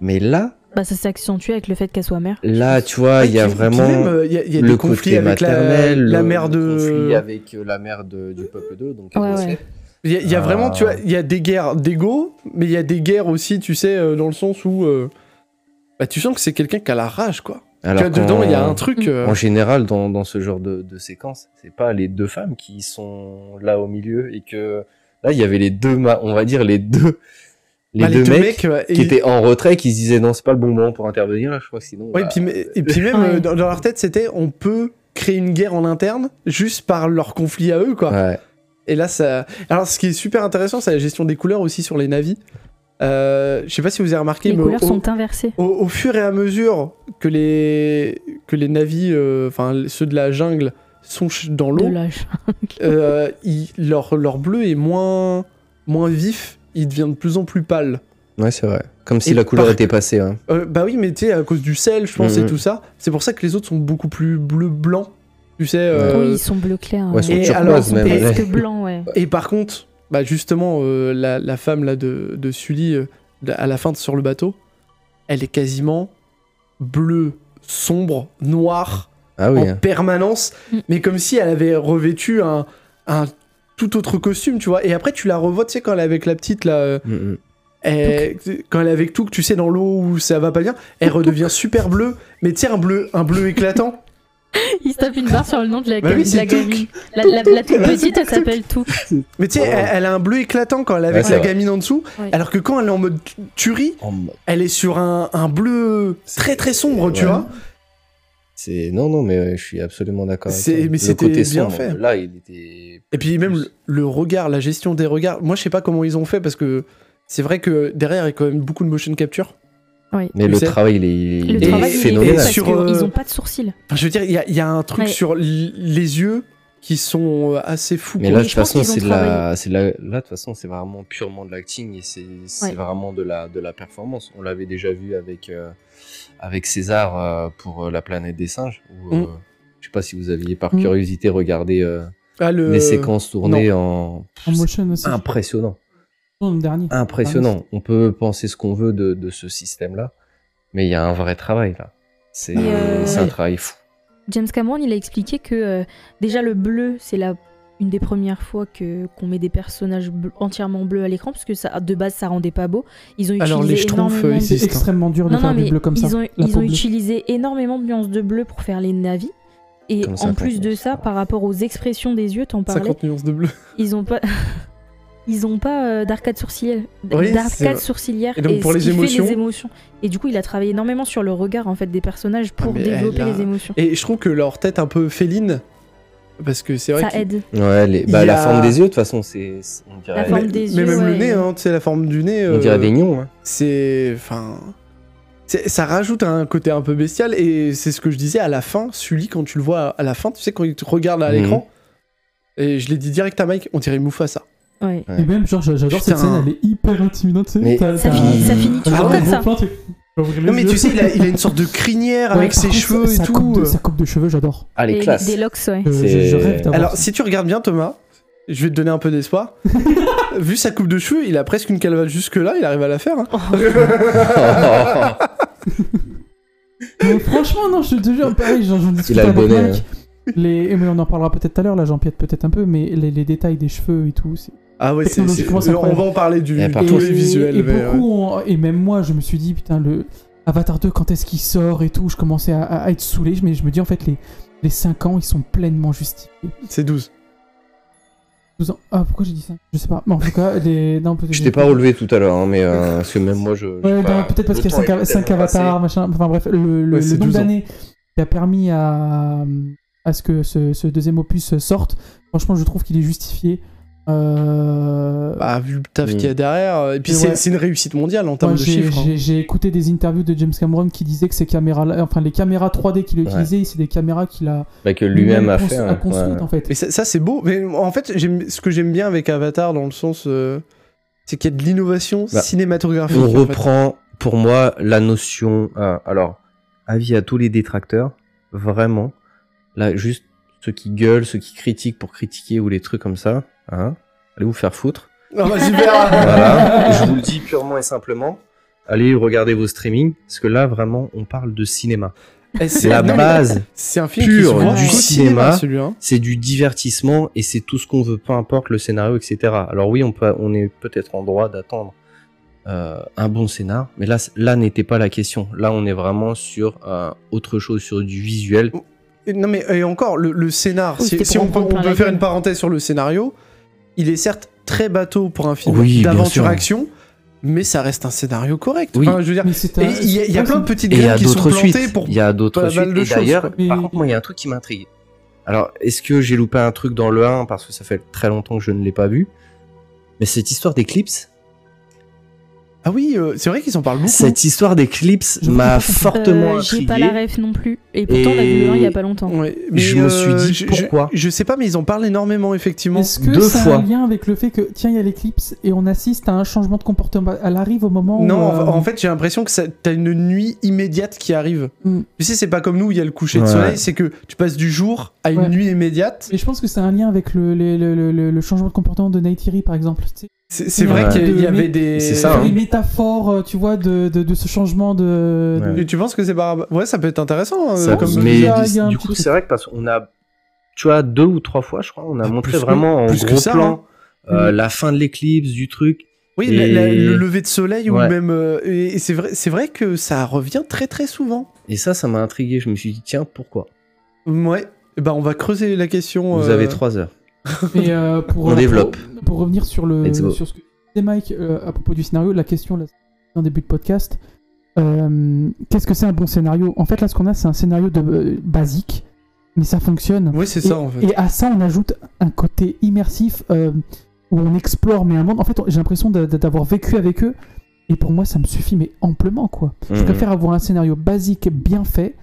Mais là, Bah, ça s'est accentué avec le fait qu'elle soit mère. là, tu vois, il y a Puis- puis même, vraiment euh, il y a, il y a le des conflits côté avec la, maternel, euh, la le- mère de. le conflit avec euh, la mère de- du peuple d'eau, donc Ouais, Adolphe. ouais. Il y a, il y a Ah. vraiment, tu vois, il y a des guerres d'ego, mais il y a des guerres aussi, tu sais, euh, dans le sens où. euh, bah, tu sens que c'est quelqu'un qui a la rage, quoi. Alors tu vois, dedans, qu'en- il y a un truc. euh, En général, dans, dans ce genre de, de séquence, c'est pas les deux femmes qui sont là au milieu et que là, il y avait les deux, ma- on va dire les deux, les bah, deux mecs, ouais, et, qui étaient en retrait, qui se disaient non, c'est pas le bon moment pour intervenir là, je crois que sinon. ouais, bah, puis, mais- et puis même, Ouais. euh, dans, dans leur tête, c'était on peut créer une guerre en interne juste par leur conflit à eux, quoi. ouais. Et là, ça. Alors, ce qui est super intéressant, c'est la gestion des couleurs aussi sur les navis. Euh, Je sais pas si vous avez remarqué, Les mais. couleurs au- sont inversées. Au, au fur et à mesure que les, que les navis, euh, enfin ceux de la jungle, sont ch- dans De l'eau, l'âge. euh, ils- leur, leur bleu est moins, moins vif, il devient de plus en plus pâle. Ouais, c'est vrai. Comme si Et la couleur par- était passée. hein. Euh, bah oui, mais tu sais, à cause du sel, je pense, Mhm. et tout ça, c'est pour ça que les autres sont beaucoup plus bleu-blanc, tu sais. euh, Oui, ils sont bleus clairs. Ouais, ils sont et alors, turquoise même. et- Presque blancs, ouais. Et par contre, bah justement, euh, la, la femme là de, de Sully, euh, de- à la fin de- sur le bateau, elle est quasiment bleue, sombre, noire. Ah oui. en permanence, Mm. mais comme si elle avait revêtu un, un tout autre costume, tu vois. Et après, tu la revois, tu sais, quand elle est avec la petite, là, euh, Mm, mm. Euh, elle- quand elle est avec Touk, tu sais, dans l'eau où ça va pas bien, elle redevient super bleue, mais tu sais, un bleu, un bleu éclatant. Il se tape une barre sur le nom de la, Bah oui, de la c'est Touk. gamine. La, la- la toute petite, elle s'appelle tout. mais tu sais, elle, elle a un bleu éclatant quand elle est Ouais, avec c'est la vrai. gamine en dessous, Ouais. alors que quand elle est en mode tu- tuerie, En mode- elle est sur un, un bleu très très sombre, tu Ouais. vois. C'est non, non, mais euh, je suis absolument d'accord. avec C'est- toi. mais Le c'était côté bien sombre, fait. Là, il était. Et puis même le- le regard, la gestion des regards, moi je sais pas comment ils ont fait parce que c'est vrai que derrière il y a quand même beaucoup de motion capture. Mais Tu le sais- travail, il est, Le il est travail, il est phénoménal. fait parce Sur, que euh, ils ont pas de sourcils. Enfin, je veux dire, il y, a- il y a un truc Ouais. sur l- les yeux qui sont euh, assez fous. Mais quoi. là, Oui, de toute je pense façon, qu'ils ont c'est de la, c'est de la, là, de toute façon, c'est vraiment purement de l'acting et c'est, c'est Ouais. vraiment de la, de la performance. On l'avait déjà vu avec, euh, avec César euh, pour euh, la planète des singes. Où, euh, Mm. je sais pas si vous aviez par Mm. curiosité regardé euh, Ah, le- les séquences tournées en En motion aussi. impressionnant, dans le dernier. Ah, impressionnant. Ah, On peut penser ce qu'on veut de, de ce système-là, mais il y a un vrai travail là. C'est, Et, euh, c'est un ouais. travail fou. James Cameron, il a expliqué que euh, déjà le bleu, c'est la une des premières fois que qu'on met des personnages bl- entièrement bleus à l'écran parce que ça de base ça rendait pas beau. Ils ont utilisé Alors, les schtroumpfs, énormément ils de- C'est C'est ça. extrêmement dur de Non, faire non, mais des bleus comme ils ça. ont, la ils peau ont bleue. utilisé énormément de nuances de bleu pour faire les navis. Et Comme ça, en plus quand de on- ça, par rapport aux expressions des yeux, t'en parlais, 50 nuances de bleu. ils ont pas, ils ont pas euh, d'arcade sourcilière, d- Oui, c'est vrai. d'arcade sourcilière. Et donc, pour ce les qui fait émotions- émotions. Et du coup, il a travaillé énormément sur le regard en fait des personnages Ah, pour mais développer elle a- les émotions. Et je trouve que leur tête un peu féline, parce que c'est vrai Ça qu'ils- aide. Ouais, les- bah, Il y la a- forme des yeux, de toute façon, c'est. c'est- On dirait, La forme mais, des mais yeux, même le ouais. nez, hein, tu sais, la forme du nez, on dirait euh, des gnons. hein. c'est. Enfin. c'est- Ça rajoute un côté un peu bestial, et c'est ce que je disais à la fin. Sully, quand tu le vois à la fin, tu sais, quand il te regarde à Mhm. l'écran, et je l'ai dit direct à Mike, on dirait Mufasa. Ouais. Et même, genre, j'a- j'adore cette Putain. scène, elle est hyper intimidante. tu sais, Mais- t'as- Ça t'as- finit, ça finit t'as Ah toujours ouais. comme ça. plan, tu fais- t'as ouvert les Non, mais yeux. tu sais, il a, il a une sorte de crinière Ouais, avec par ses contre, cheveux et sa tout. euh. coupe de- Sa coupe de cheveux, j'adore. Ah, les Et classes. Des locks, ouais. Euh, Je, C'est- je rêve d'avoir. Alors, si tu regardes bien, Thomas, je vais te donner un peu d'espoir. Vu sa coupe de cheveux, il a presque une calva jusque-là, il arrive à la faire. hein. Oh, Mais franchement, non, je te jure, pareil, j'en j'en discute a le avec bonnet, Mike. hein. Les... Mais on en parlera peut-être tout à l'heure, là, Jean-Pierre, peut-être un peu, mais les, les détails des cheveux et tout. c'est- Ah ouais, c'est, c'est- Technologiquement, c'est on incroyable. va en parler du Et par tous contre- les visuels. et mais, ouais. beaucoup ont- et même moi, je me suis dit, putain, le Avatar 2, quand est-ce qu'il sort et tout, je commençais à, à- à être saoulé, mais je me dis, en fait, les, les 5 ans, ils sont pleinement justifiés. C'est 12. 12 ans. Ah, pourquoi j'ai dit ça Je sais pas. Mais en tout cas, les. Non, peut-être- Je t'ai pas relevé tout à l'heure, hein, mais euh, parce que même moi, je. Ouais, bah, peut-être parce qu'il y a hein. 5 Bah, avatars, machin. Enfin bref, le, le- Ouais, c'est le nombre 12 ans. d'années qui a permis à, à ce que ce, ce deuxième opus sorte, franchement, je trouve qu'il est justifié. Euh, Bah, vu le taf Mm. qu'il y a derrière. euh, Et puis, Et c'est, ouais. c'est une réussite mondiale en termes moi, de j'ai- chiffres. hein. j'ai j'ai écouté des interviews de James Cameron qui disait que ces caméras, enfin les caméras 3D qu'il a Ouais. utilisées, c'est des caméras qu'il a que lui-même a cons- fait. hein, construites, ouais. en fait. Mais ça, ça, c'est beau. Mais en fait, j'aime, ce que j'aime bien avec Avatar, dans le sens. euh, c'est qu'il y a de l'innovation Bah, cinématographique. On en fait. reprend, pour moi, la notion. euh, alors, avis à tous les détracteurs, vraiment. Là, juste ceux qui gueulent, ceux qui critiquent pour critiquer ou les trucs comme ça, hein, allez vous faire foutre. Ah, vas-y, Vera. Voilà, je vous le dis purement et simplement. Allez regarder vos streamings, parce que là, vraiment, on parle de cinéma. Eh, c'est, La non, mais base, c'est un film qui pure se voit du qu'au cinéma. celui-là. hein. c'est du divertissement et c'est tout ce qu'on veut, peu importe le scénario, etc. Alors oui, on, peut, on est peut-être en droit d'attendre euh, un bon scénar, mais là, c- là n'était pas la question. Là, on est vraiment sur euh, autre chose, sur du visuel. Et Non mais et encore, le, le scénar, Oui, si, c'était si pour en on peut, prendre on plein peut la faire gueule. une parenthèse sur le scénario, il est certes très bateau pour un film Oui, bien sûr. d'aventure-action, mais ça reste un scénario correct. Oui. Enfin, je veux dire, Mais c'est et un- il y a, il y a ouais, plein de c'est- petites Et il y graines a qui sont d'autres plantées suites. pour... Il y a d'autres pas mal suites. de Et choses, d'ailleurs, quoi. Mais- par contre, moi, il y a un truc qui m'intrigue. Alors, est-ce que j'ai loupé un truc dans le 1 parce que ça fait très longtemps que je ne l'ai pas vu Mais cette histoire d'Eclipse, Ah oui, euh, c'est vrai qu'ils en parlent beaucoup. cette histoire d'Eclipse Je m'a Euh, fortement J'ai intrigué. pas la ref non plus. Et pourtant, on a vu le 1 il y a pas longtemps. Ouais, mais euh, je me suis dit, je- pourquoi je, je sais pas, mais ils en parlent énormément, effectivement. Est-ce que Deux ça a fois. un lien avec le fait que tiens il y a l'éclipse et on assiste à un changement de comportement Elle arrive au moment Non, où en- euh, en fait, j'ai l'impression que ça- t'as une nuit immédiate qui arrive. Mm. Tu sais, c'est pas comme nous, il y a le coucher de Ouais. soleil, c'est que tu passes du jour à une Ouais. nuit immédiate. Et je pense que c'est un lien avec le, le, le- le- le- le changement de comportement de Nightiri par exemple. Tu sais, C'est c'est Ouais. vrai qu'il y a- il y De- avait mais- des... C'est ça, Ah, hein. les métaphores, euh, tu vois, de, de, de ce changement de. de- Ouais. Et tu penses que c'est par Ouais, ça peut être intéressant. Ça- euh, comme peut- mais il y a- il y a un du petit coup, truc. c'est vrai que parce qu'on a, tu vois, deux ou trois fois, je crois, on a Ah, montré plus que- vraiment en plus que gros ça, hein. Mm. plan euh, la fin de l'éclipse, du truc. Oui, Et- la- la- le lever de soleil Ouais. ou même. euh, et et c'est vrai, c'est vrai que ça revient très très souvent. Et ça, ça m'a intrigué. Je me suis dit, tiens, pourquoi Ouais. Eh ben, on va creuser la question. Vous euh, avez trois heures. Mais, euh, pour, On euh, développe. Pour, pour revenir sur, le, Let's go. sur ce que disait Mike euh, à propos du scénario, la question là, en début de podcast, euh, qu'est-ce que c'est un bon scénario En fait, là, ce qu'on a, c'est un scénario de, euh, basique, mais ça fonctionne. Oui, c'est ça en fait. Et à ça, on ajoute un côté immersif euh, où on explore, mais un monde. En fait, j'ai l'impression d'a- d'avoir vécu avec eux. Et pour moi, ça me suffit, mais amplement, quoi. Mhm. Je Mm. préfère avoir un scénario basique bien fait.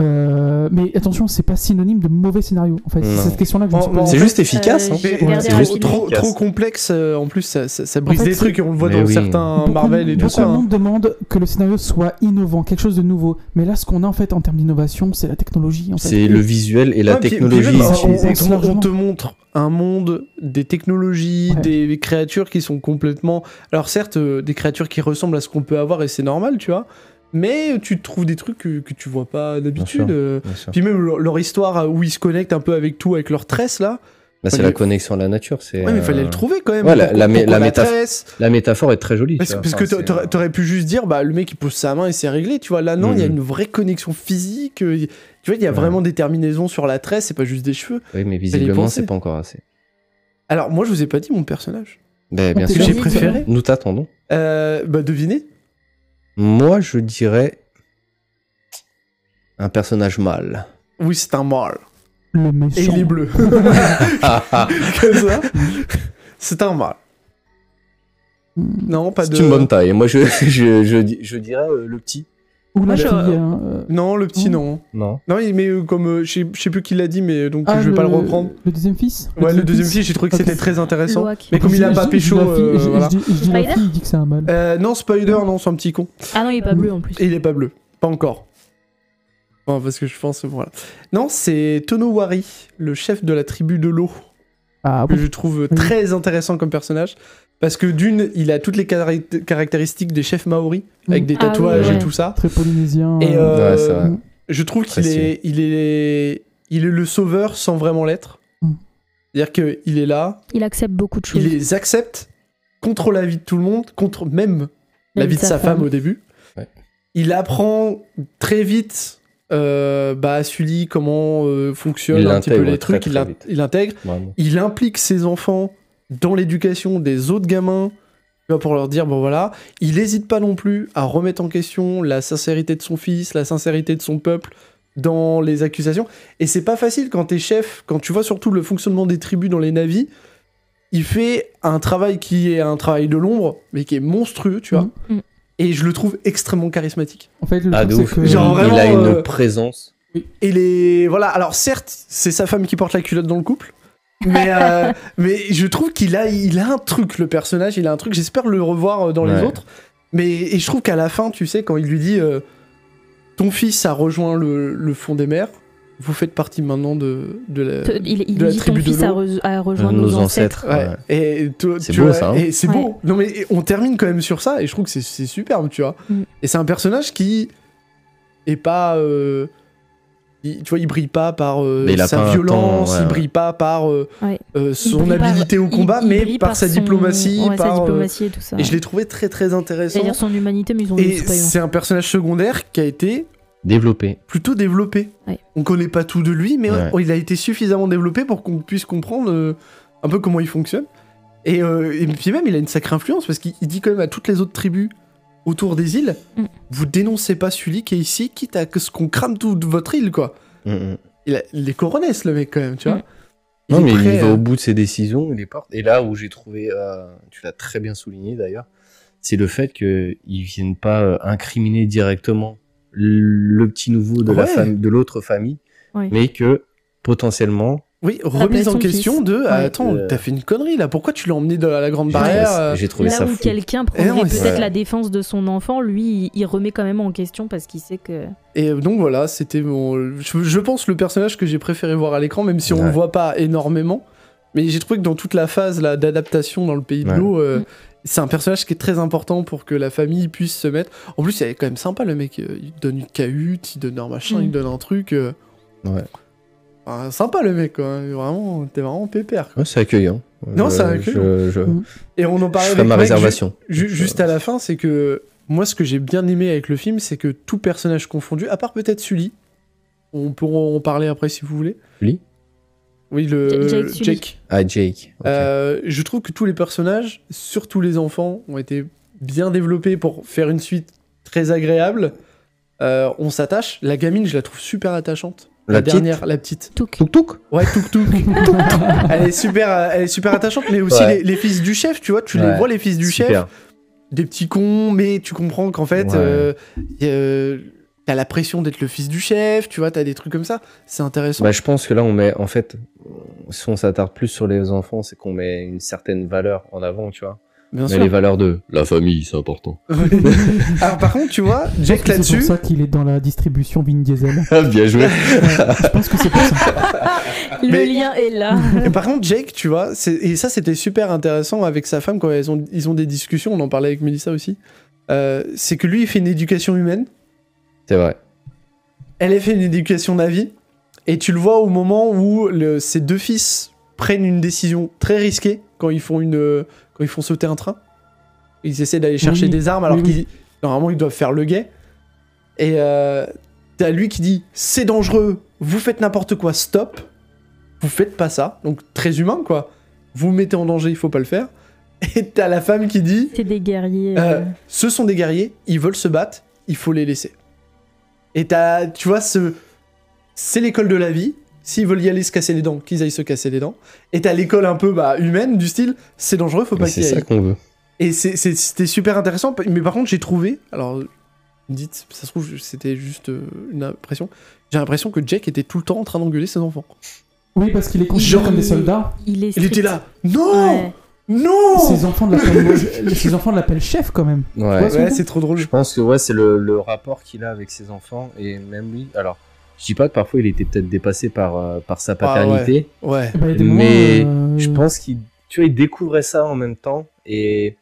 Euh, mais attention, c'est pas synonyme de mauvais scénario. En fait, Non. c'est cette question-là que je me suis En- posée. en C'est fait, juste efficace. euh, hein. j'ai Mais- regardé trop- C'est trop, juste rapidement. trop, efficace. complexe, euh, en plus ça, ça- ça brise En fait, des trucs et on le voit Mais dans oui. certains Beaucoup- Marvel et tout beaucoup ça. de hein. monde demande que le scénario soit innovant, quelque chose de nouveau. Mais là, ce qu'on a en fait en termes d'innovation, c'est la technologie. En fait. C'est le visuel et la Ouais, puis- puis technologie. même, bah, ils on- utilisent on, largement. on te montre un monde, des technologies, Ouais. des créatures qui sont complètement. Alors certes, euh, des créatures qui ressemblent à ce qu'on peut avoir et c'est normal, tu vois. mais tu trouves des trucs que, que tu vois pas sûr. d'habitude. euh. Bien sûr. Puis même leur, leur histoire euh, où ils se connectent un peu avec tout, avec leurs tresses là. Bah, c'est Fallait- la connexion à la nature. C'est Ouais, mais euh, fallait le trouver quand même. ouais, la- Pourquoi- la mé- pourquoi la métaph- tresse La métaphore est très jolie. tu Parce, vois. parce Enfin, que t'a- c'est, t'aurais, euh, t'aurais pu juste dire, bah, le mec il pose sa main et c'est réglé, tu vois. Là, non, il y a Mhm. une vraie connexion physique. euh, y- Tu vois, il y a Ouais. vraiment des terminaisons sur la tresse, c'est pas juste des cheveux. euh, Oui, Fallait mais y visiblement, penser. c'est pas encore assez. Alors, moi, je vous ai pas dit mon personnage. Ben, bien On Que peut sûr. j'ai dit, préféré. Nous t'attendons. Euh, bah, devinez. Moi, je dirais un personnage mâle. Oui, c'est un mâle. Le Et méchant. il est bleu. Comme ça. C'est un mâle. Hmm. Non, pas de. C'est une bonne taille. Moi, je, je, je, di- je dirais euh, le petit. Ou Moi, la je- fille. hein, euh, Non, le petit, Hmm. non. Non. Non, il- mais euh, comme. euh, je sais- je sais plus qui l'a dit, mais euh, donc ah, je vais pas le reprendre. Le deuxième fils Ouais, le deuxième fils, j'ai trouvé que Ok. c'était très intéressant. Loak. Mais comme il a Je- pas je- je dis pécho. la fille, euh, je- je voilà. dis- Je dis la Spider fille, il dit que c'est un mâle. Euh, non, Spider, non, c'est un petit con. Ah non, il est pas bleu en plus. Et il est pas bleu. Pas encore. Enfin, parce que je pense, voilà. Non, c'est Tonowari, le chef de la tribu de l'eau, Ah que bon je trouve très intéressant comme personnage. Parce que d'une, il a toutes les caract- caractéristiques des chefs maoris, avec des Ah oui, tatouages et ouais. tout ça. Très polynésien. Et euh, euh, Ouais, c'est vrai. je trouve qu'il Précis. est, il est, il est le sauveur sans vraiment l'être. Mm. C'est-à-dire qu'il est là, Il accepte beaucoup de choses. il les accepte contre la vie de tout le monde, contre même la vie de sa femme au début. Ouais. Il apprend très vite euh, bah, à Sully comment euh, Il fonctionnent un petit peu l'intègre les très, trucs, très il l'in- vite. il l'intègre. Vraiment. Il implique ses enfants dans l'éducation des autres gamins tu vois, pour leur dire, bon voilà, il n'hésite pas non plus à remettre en question la sincérité de son fils, la sincérité de son peuple dans les accusations. Et c'est pas facile quand t'es chef, quand tu vois surtout le fonctionnement des tribus dans les navis, il fait un travail qui est un travail de l'ombre, mais qui est monstrueux, tu vois. Mhm. Et je le trouve extrêmement charismatique. En fait, le Ah, truc, de c'est ouf. que- Genre, il vraiment, a une euh, présence. Et les. Voilà, alors certes, c'est sa femme qui porte la culotte dans le couple. Mais, euh, mais je trouve qu'il a, il a un truc, le personnage, il a un truc. J'espère le revoir euh, dans les Ouais. autres. Mais et je trouve qu'à la fin, tu sais, quand il lui dit euh, Ton fils a rejoint le, le fond des mers, vous faites partie maintenant de, de la. Te- Il, il euh, de la dit ton tribu de fils a, l'eau. re- a rejoint nos, ancêtres. Ouais. Et to- C'est tu beau, vois, ça, hein. Et c'est Ouais. beau. Non mais et on termine quand même sur ça et je trouve que c'est- c'est superbe, tu vois. Mm. Et c'est un personnage qui est pas, euh, il- tu vois, il brille pas par euh, Mais il a sa pas un violence, temps, ouais, il ouais. brille pas par euh, Ouais. euh, Il son brille par- habilité au il- combat, il mais brille par, sa son- diplomatie, ouais, sa par, euh, diplomatie et tout ça. et je l'ai trouvé très très intéressant. C'est-à-dire son humanité, mais ils ont Et juste pas eu. c'est un personnage secondaire qui a été Développé. plutôt développé. Ouais. On connaît pas tout de lui, mais Ouais. oh, il a été suffisamment développé pour qu'on puisse comprendre euh, un peu comment il fonctionne. Et, euh, et puis même, il a une sacrée influence parce qu'il il dit quand même à toutes les autres tribus autour des îles, Mm. vous dénoncez pas celui qui est ici, quitte à que ce qu'on crame toute votre île, quoi. Mm, mm. Il a- il est coronesses, le mec, quand même, tu vois. Mm. Il Non, est mais prêt, il va euh, au bout de ses décisions, il les porte. Et là où j'ai trouvé, euh, tu l'as très bien souligné d'ailleurs, c'est le fait qu'ils viennent pas euh, incriminer directement le petit nouveau de la Ouais. fam- de l'autre famille, Ouais. mais que potentiellement. Oui, remise en son question fils. de ah, Ouais. attends, Euh. t'as fait une connerie là, pourquoi tu l'as emmené dans la grande J'ai trouvé barrière ça- euh, J'ai trouvé là ça où fou. quelqu'un Eh non, prendrait mais c'est- peut-être Ouais. la défense de son enfant, lui, il, il remet quand même en question parce qu'il sait que. Et donc voilà, c'était mon. Je, je pense le personnage que j'ai préféré voir à l'écran, même si on ne Ouais. voit pas énormément. Mais j'ai trouvé que dans toute la phase là, d'adaptation dans le pays de Ouais. l'eau, euh, Mm. c'est un personnage qui est très important pour que la famille puisse se mettre. En plus, il est quand même sympa le mec. euh, Il donne une cahute, il donne un machin, Mm. il donne un truc. euh. Ouais. Enfin, sympa le mec, quoi. Vraiment, t'es vraiment pépère. quoi. Ouais, c'est accueillant. Non, Je- c'est accueillant. Je, je, Mm. Et on en je parlait ferai avec ma Mike, ju- réservation. ju- Je- juste à la fin, c'est que moi, ce que j'ai bien aimé avec le film, c'est que tout personnage confondu, à part peut-être Sully, on peut en parler après si vous voulez. Lui Oui, le Ja- Jake Sully. Euh, Jake. Ah, Jake. ok. Euh, je trouve que tous les personnages, surtout les enfants, ont été bien développés pour faire une suite très agréable. Euh, on s'attache. La gamine, je la trouve super attachante. la petite. dernière, la petite. Touk. Touk touk. Ouais, Touk Touk. elle est super, euh, elle est super attachante. Mais aussi Ouais. les, les fils du chef, tu vois, tu les Ouais. vois les fils du chef, Super. des petits cons, mais tu comprends qu'en fait, Ouais. euh, y a, euh, t'as la pression d'être le fils du chef, tu vois, t'as des trucs comme ça. C'est intéressant. Bah, je pense que là, on met, en fait, si on s'attarde plus sur les enfants, c'est qu'on met une certaine valeur en avant, tu vois. Bien Mais sûr. les valeurs de la famille, c'est important. Alors par contre, tu vois, Je pense Jake que C'est là-dessus. pour ça qu'il est dans la distribution Vin Diesel. bien joué. Ouais, je pense que c'est pour ça. Le Mais- lien est là. Et par contre, Jake, tu vois, c'est- et ça c'était super intéressant avec sa femme quand elles ont, ils ont des discussions, on en parlait avec Melissa aussi, euh, c'est que lui il fait une éducation humaine, C'est vrai. Elle a fait une éducation Navi, et tu le vois au moment où le- ses deux fils prennent une décision très risquée quand ils font, une, euh, quand ils font sauter un train. Ils essaient d'aller chercher Oui, des armes alors oui, qu'ils normalement ils doivent faire le guet. Et euh, t'as lui qui dit c'est dangereux, vous faites n'importe quoi, stop, vous faites pas ça. Donc très humain quoi. Vous me mettez en danger, il faut pas le faire. Et t'as la femme qui dit C'est des guerriers. euh, euh, ce sont des guerriers, ils veulent se battre, il faut les laisser. Et t'as, tu vois, ce, c'est l'école de la vie. S'ils veulent y aller se casser les dents, qu'ils aillent se casser les dents. Et t'as l'école un peu bah, humaine du style, c'est dangereux, faut Mais pas C'est qu'ils y ça aillent. qu'on veut. Et c'est- c'est- c'était super intéressant, mais par contre j'ai trouvé, alors dites, ça se trouve c'était juste euh, une impression, j'ai l'impression que Jack était tout le temps en train d'engueuler ses enfants. Oui, parce qu'il est considéré Genre- comme des soldats. il est. Il était strict. là, Oh non, Ouais. non, Ses enfants de l'appellent- ses enfants de l'appellent chef quand même. Ouais. ouais c'est trop drôle. Je pense que ouais, c'est le, le rapport qu'il a avec ses enfants et même lui. Alors, je dis pas que parfois il était peut-être dépassé par, euh, par Ah, sa paternité. Ouais, Eh ben, il y a des moments, Mais euh, Hmm. Je pense qu'il tu vois, il découvrait ça en même temps et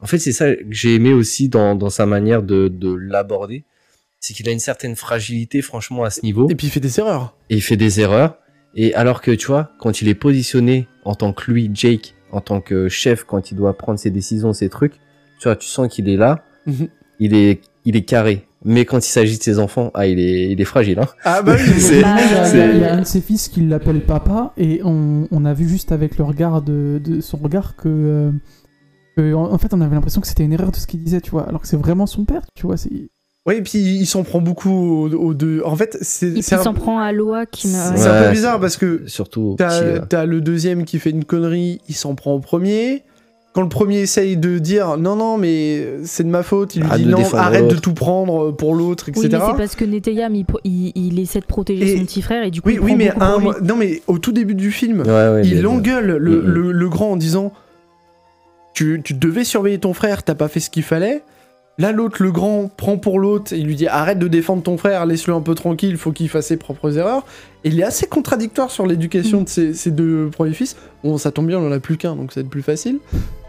en fait c'est ça que j'ai aimé aussi dans, dans sa manière de, de l'aborder, c'est qu'il a une certaine fragilité franchement à ce niveau. et puis il fait des erreurs. et il fait des erreurs. Et alors que tu vois, quand il est positionné en tant que lui, Jake, en tant que chef, quand il doit prendre ses décisions, ses trucs, tu vois, tu sens qu'il est là, Mhm. il est, il est carré. Mais quand il s'agit de ses enfants, ah, il est, il est fragile. Hein Ah bah oui, C'est- Bah, Il y, a, c'est- il y a un de ses fils qui l'appelle papa et on, on a vu juste avec le regard de, de son regard que, euh, que, en, en fait on avait l'impression que c'était une erreur de ce qu'il disait tu vois alors que c'est vraiment son père tu vois c'est Oui, et puis il s'en prend beaucoup aux, aux deux. En fait, c'est Et c'est puis un, s'en prend à Loa qui m'a. c'est un peu Ouais, bizarre c'est- parce que Surtout. au petit, t'as euh, t'as le deuxième qui fait une connerie, il s'en prend au premier. Quand le premier essaye de dire non, non, mais c'est de ma faute, il lui Arrête dit de non, défendre arrête de l'autre. tout prendre pour l'autre, etc. Oui, mais c'est parce que Neteyam, il, pro- il, il essaie de protéger Et- son petit frère et du coup. oui, il oui, prend mais, beaucoup à un pour lui. mo- non, mais au tout début du film, ouais, ouais, mais- il engueule le, Mhm. le- le grand en disant tu, tu devais surveiller ton frère, t'as pas fait ce qu'il fallait. Là, l'autre, le grand, prend pour l'autre, il lui dit arrête de défendre ton frère, laisse-le un peu tranquille, faut qu'il fasse ses propres erreurs. Et il est assez contradictoire sur l'éducation de ses, ses deux premiers fils. Bon, ça tombe bien, on en a plus qu'un, donc ça va être plus facile.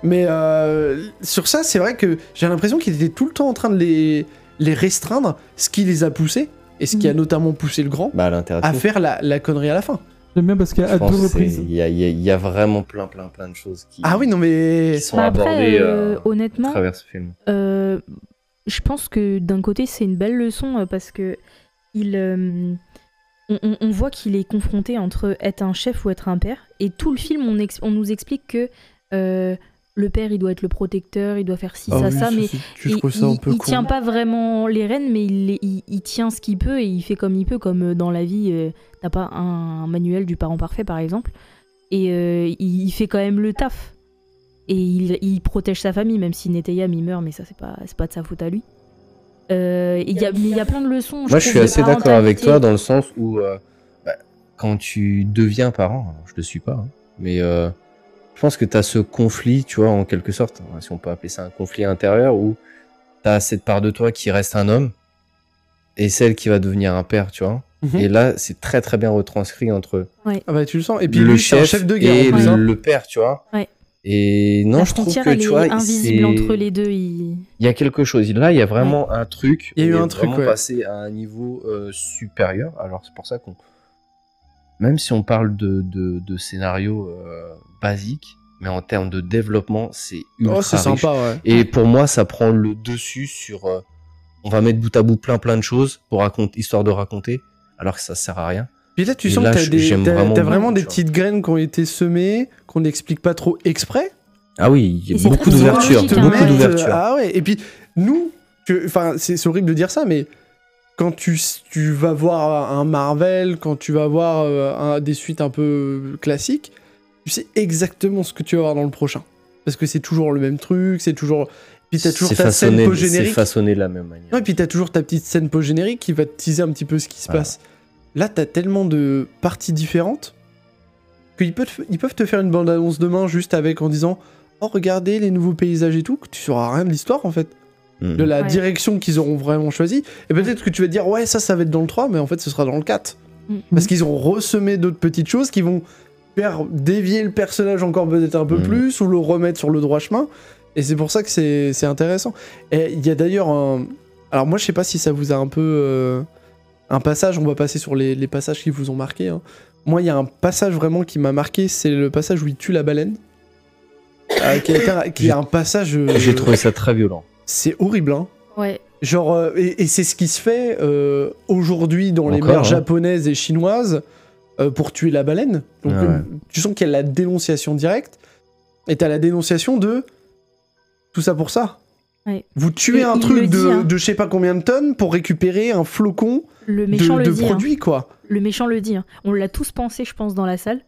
Mais euh, sur ça, c'est vrai que j'ai l'impression qu'il était tout le temps en train de les, les restreindre, ce qui les a poussés, et ce qui a Mhm. notamment poussé le grand Bah, à l'intérieur. à faire la, la connerie à la fin. j'aime bien parce qu'à Je deux pense que c'est- reprises il y a, il y a- il y a vraiment plein, plein, plein de choses qui, Ah oui, non qui mais... sont Bah, abordées après, euh, euh, honnêtement, à travers ce film. Euh, je pense que d'un côté c'est une belle leçon euh, parce que il, euh, on, on- on voit qu'il est confronté entre être un chef ou être un père et tout le film on, ex- on nous explique que euh, le père il doit être le protecteur, il doit faire ci, Ah ça, ça, mais je il, trouve ça un il- peu il tient pas vraiment les rênes mais il, les- il- il tient ce qu'il peut et il fait comme il peut comme euh, dans la vie euh, t'as pas un, manuel du parent parfait par exemple et euh, il, il fait quand même le taf et il, il protège sa famille même si Neteyam il meurt mais ça c'est pas c'est pas de sa faute à lui Euh, il y a, mais il y a plein de leçons Moi, je suis trouve, de assez d'accord avec parentalité. toi dans le sens où euh, bah, quand tu deviens parent, alors je le suis pas, hein, mais euh, je pense que tu as ce conflit, tu vois, en quelque sorte, hein, si on peut appeler ça un conflit intérieur, où tu as cette part de toi qui reste un homme et celle qui va devenir un père, tu vois. Mhm. Et là, c'est très très bien retranscrit entre Ah bah tu le sens. Et puis le lui, c'est chef, un chef de guerre. et en plus, le, hein. le père, tu vois. Ouais. Et non, la je trouve frontière que elle est tu vois, invisible c'est- entre les deux il- il y a quelque chose. Là, il y a vraiment un truc. Il y a eu On est un truc, vraiment ouais. passé à un niveau euh, supérieur. Alors, c'est pour ça qu'on. Même si on parle de, de, de scénario euh, basique, mais en termes de développement, c'est ultra Oh, c'est riche. sympa, ouais. Et pour moi, ça prend le dessus sur. euh, on va mettre bout à bout plein plein de choses pour raconter, histoire de raconter, alors que ça sert à rien. Puis là, tu Et sens là, que t'as je- des, j'aime t'as- vraiment t'as vraiment beaucoup, des tu vois. petites graines qui ont été semées, qu'on n'explique pas trop exprès. Ah oui, il Et y a c'est beaucoup très d'ouverture. psychologique, hein. Beaucoup Merde, d'ouverture. Ah ouais. Et puis nous, que- enfin, c'est c'est horrible de dire ça, mais quand tu, s- tu vas voir un Marvel, quand tu vas voir euh, un- des suites un peu classiques, tu sais exactement ce que tu vas voir dans le prochain. Parce que c'est toujours le même truc, c'est toujours. Puis t'as toujours C'est ta scène façonné, de- c'est post-générique. façonné de la même manière. Ouais, et puis t'as toujours ta petite scène post-générique qui va te teaser un petit peu ce qui se Voilà. passe. Là, t'as tellement de parties différentes qu'ils peuvent, te- ils peuvent te faire une bande-annonce demain juste avec en disant Oh, regardez les nouveaux paysages et tout, que tu sauras rien de l'histoire en fait, Mhm. de la Ouais. direction qu'ils auront vraiment choisi. Et peut-être que tu vas te dire Ouais, ça, ça va être dans le 3, mais en fait, ce sera dans le 4. Mm. Parce qu'ils ont ressemé d'autres petites choses qui vont faire dévier le personnage encore peut-être un peu Mm. plus ou le remettre sur le droit chemin. Et c'est pour ça que c'est c'est intéressant. Et il y a d'ailleurs un, Alors moi, je sais pas si ça vous a un peu euh, un passage. On va passer sur les, les passages qui vous ont marqué. hein. Moi, il y a un passage vraiment qui m'a marqué, c'est le passage où il tue la baleine. Euh, qui, est un, qui est un passage. euh, Ah, J'ai trouvé ça très violent. C'est horrible, hein. Ouais. Genre, euh, et, et c'est ce qui se fait euh, aujourd'hui dans les Encore, mers hein. japonaises et chinoises euh, pour tuer la baleine. Donc, Ah ouais. euh, tu sens qu'il y a la dénonciation directe et t'as la dénonciation de tout ça pour ça. Ouais. Vous tuez Et un il truc le dit, de, hein. de je sais pas combien de tonnes pour récupérer un flocon Le de, méchant le de dit. hein. produit, quoi. Le méchant le dit. hein. On l'a tous pensé, je pense, dans la salle.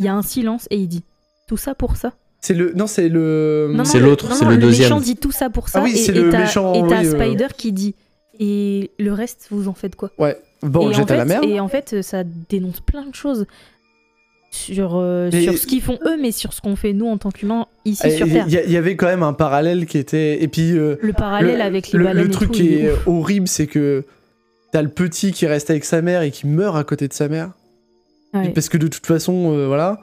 Il y a un silence et il dit tout ça pour ça. C'est le. Non, c'est le. Non, non, C'est le- l'autre, non, c'est non, le deuxième. méchant dit tout ça pour ça. Ah oui, et c'est et le t'as- méchant, Et t'as oui, euh. Spider qui dit et le reste, vous en faites quoi Ouais. Bon, et, en Oh, jette à la fait, mer. et en fait, ça dénonce plein de choses sur, euh, Mais- Ah, sur ce qu'ils font eux, mais sur ce qu'on fait nous en tant qu'humains ici Et sur Il Terre. y, a- il y avait quand même un parallèle qui était. Et puis. euh, Le parallèle avec les le, baleines le et truc tout, qui il est euh, ouf. horrible, c'est que t'as le petit qui reste avec sa mère et qui meurt à côté de sa mère. Ouais. Parce que de toute façon, euh, voilà.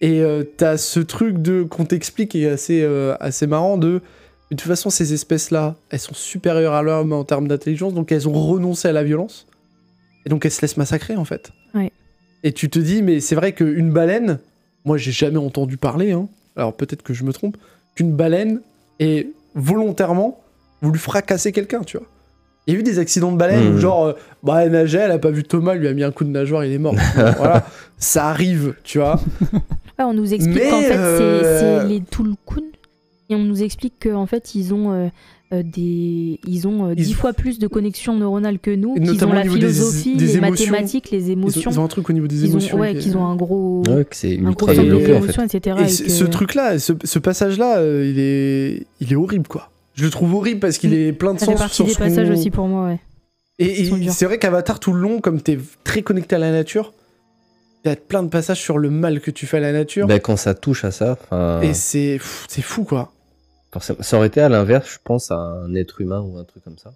Et euh, t'as ce truc de qu'on t'explique qui est assez, euh, assez marrant de. De toute façon, ces espèces-là, elles sont supérieures à l'homme en termes d'intelligence, donc elles ont renoncé à la violence. Et donc elles se laissent massacrer, en fait. Ouais. Et tu te dis, mais c'est vrai qu'une baleine, moi j'ai jamais entendu parler, hein, alors peut-être que je me trompe, qu'une baleine ait volontairement voulu fracasser quelqu'un, tu vois. Il y a eu des accidents de baleine Mhm. où, genre, euh, bah, elle nageait, elle a pas vu Thomas, elle lui a mis un coup de nageoire, il est mort. voilà, ça arrive, tu vois. Ouais, on nous Mais, explique qu'en fait, c'est- euh, c'est les Tulkun. Et on nous explique qu'en fait, ils ont euh, euh, des, ils ont euh, Ils- dix fois plus de connexions neuronales que nous, Et qu'ils notamment ont au la niveau des- philosophie, des les émotions. mathématiques, les Ils ont, émotions. ils ont un truc au niveau des Qu'ils ont- émotions. ouais, qui est- qu'ils ont un gros, Ouais, que c'est un gros ultra travail centre développé en fait. d'émotions, etc. Et et ce, que- ce truc-là, ce, ce passage-là, euh, il, est, il est horrible, quoi. Je le trouve horrible parce qu'il Mm. est plein de ça fait sens partie sur des ce qu'on- passages aussi pour moi. Ouais. Et, et sont durs. c'est vrai qu'Avatar, tout le long, comme t'es très connecté à la nature, t'as plein de passages sur le mal que tu fais à la nature. Bah, quand ça touche à ça, enfin, Et c'est pff, c'est fou, quoi. forcément, ça aurait été à l'inverse, je pense, à un être humain ou un truc comme ça.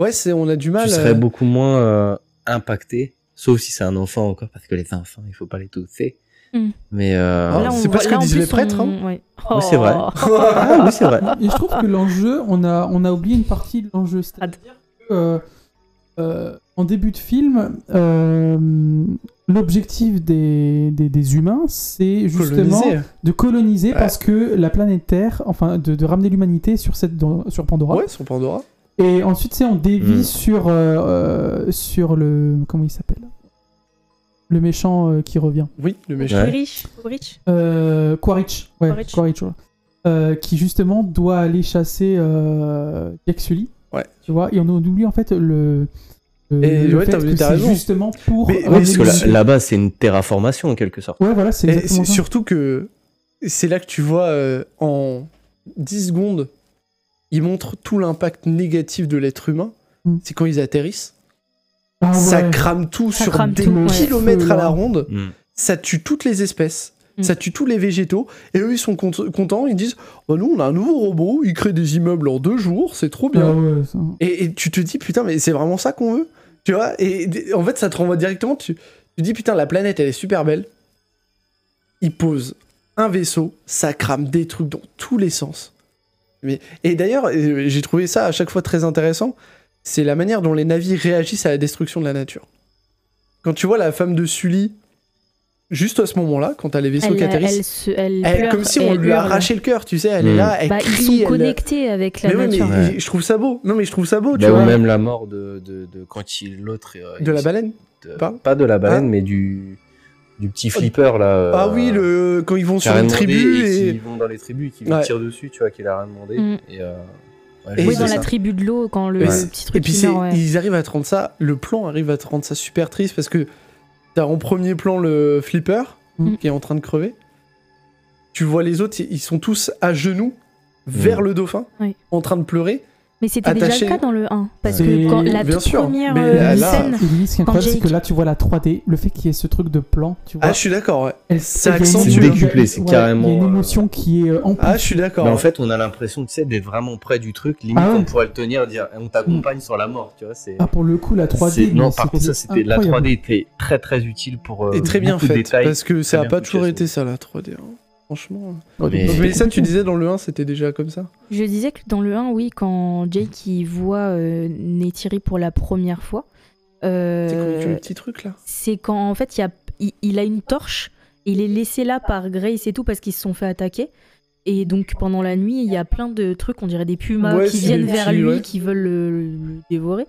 Ouais, c'est on a du mal. tu euh, serais beaucoup moins euh, impacté, sauf si c'est un enfant encore, parce que les enfants, il faut pas les tousser. Hmm. Mais euh, Ah, on c'est pas voit- ce que en disent les plus, prêtres, hein. on- ouais. Oui, c'est vrai. Oh. ah, oui, c'est vrai. Et je trouve que l'enjeu, on a, on a oublié une partie de l'enjeu. C'est-à-dire que, euh, euh, en début de film, euh, l'objectif des, des, des humains, c'est justement colonisé. de coloniser Ouais. parce que la planète Terre, enfin, de, de ramener l'humanité sur, cette, dans- sur Pandora. Ouais, sur Pandora. Et ensuite, c'est on dévie Mm. sur, euh, euh, sur le. Comment il s'appelle Le méchant euh, qui revient. Oui, le méchant. Ouais. Rich, Rich. Euh, Quaritch. Ouais, Quaritch. Quaritch, voilà. Euh, qui justement doit aller chasser euh, Jack Sully. Ouais. Tu vois, et on oublie en fait le. le- Et le ouais, fait t'as- que t'as c'est raison. justement pour. Mais- mais ramener parce Parce que là- l'humanité. là-bas, c'est une terraformation en quelque sorte. Ouais, voilà, c'est Et exactement Eh, c'est ça. surtout que c'est là que tu vois euh, en 10 secondes, ils montrent tout l'impact négatif de l'être humain. Mm. C'est quand ils atterrissent, Ah ça ouais. crame tout Ça sur crame des tout, ouais. kilomètres à la Feu, là. ronde, Mm. ça tue toutes les espèces, Mm. ça tue tous les végétaux, et eux ils sont cont- contents, ils disent Bah, Nous on a un nouveau robot, il crée des immeubles en deux jours, c'est trop bien. Ah ouais, ça. Et, et tu te dis, putain, mais c'est vraiment ça qu'on veut Tu vois et, d- en fait, ça te renvoie directement. Tu, tu dis, putain, la planète, elle est super belle. Il pose un vaisseau, ça crame des trucs dans tous les sens. Mais, et d'ailleurs, euh, j'ai trouvé ça à chaque fois très intéressant. C'est la manière dont les navires réagissent à la destruction de la nature. Quand tu vois la femme de Sully, juste à ce moment-là, quand t'as les vaisseaux Elle, qui atterrissent, elle se- elle elle- pleure comme si et on elle lui a hurle. arraché le cœur, tu sais, elle est Mm. là, elle Bah, ils crie. sont elle- connectés avec la Mais oui, mais nature. Ouais. je trouve ça beau. Non, mais je trouve ça beau, Oh, tu Bah, vois. ou même la mort de, de, de- quand il l'autre. euh, De il- la baleine. de- Pardon pas de la baleine, Ah. Oh, mais du du petit flipper là. euh, Ah oui, le... quand ils vont qui sur a rien une demandé tribu et, qui et... vont dans les tribus, et qui lui Ouais. tirent dessus, tu vois, qu'il a rien demandé. Mm. Et, euh, ouais, Et je c'est Oui, sais dans ça. la tribu de l'eau, quand le Et le c'est- petit Et truc puis qui c'est- meurt, ouais. ils arrivent à te rendre ça, le plan arrive à te rendre ça super triste parce que t'as en premier plan le flipper Mm. qui est en train de crever. Tu vois les autres, ils sont tous à genoux vers Mm. le dauphin, Oui. en train de pleurer. Mais c'était déjà Attaché. le cas dans le 1. Parce C'est- que quand la Bien toute sûr, première mais euh, Eh là- scène. Et limite, ce qui est Quand incroyable, c'est Jake- que là, tu vois la 3D, le fait qu'il y ait ce truc de plan, tu vois. Ah, je suis d'accord, ouais. Elle- ça elle- il y a une accentue. hein. émotion- C'est décuplé, c'est ouais, carrément, Il y a euh, une émotion qui est euh, Ah, amplifiée. je suis d'accord. Mais en ouais. fait, on a l'impression, tu sais, d'être vraiment près du truc. Limite, Ah ouais. Mm. on pourrait le tenir, dire, on t'accompagne sur la mort, tu vois. C'est. Ah, pour le coup, la 3D. c'est- non, mais par contre, ça, c'était la incroyable. 3D était très très utile pour. euh, Et très bien beaucoup de fait détails. parce que ça très a bien pas foutu, toujours ça. été ça la 3D. hein. Franchement. Mais- Donc, Mélissa, tu disais dans le 1, c'était déjà comme ça Je disais que dans le 1, oui, quand Jake il voit euh, Neytiri pour la première fois, euh, C'est comme tu le petit truc là. c'est quand en fait il, y a, il, il a une torche, il est laissé là par Grace et tout parce qu'ils se sont fait attaquer. Et donc pendant la nuit, il y a plein de trucs, on dirait des pumas Ouais, qui c'est viennent des vers petits, lui, ouais. qui veulent le, le dévorer.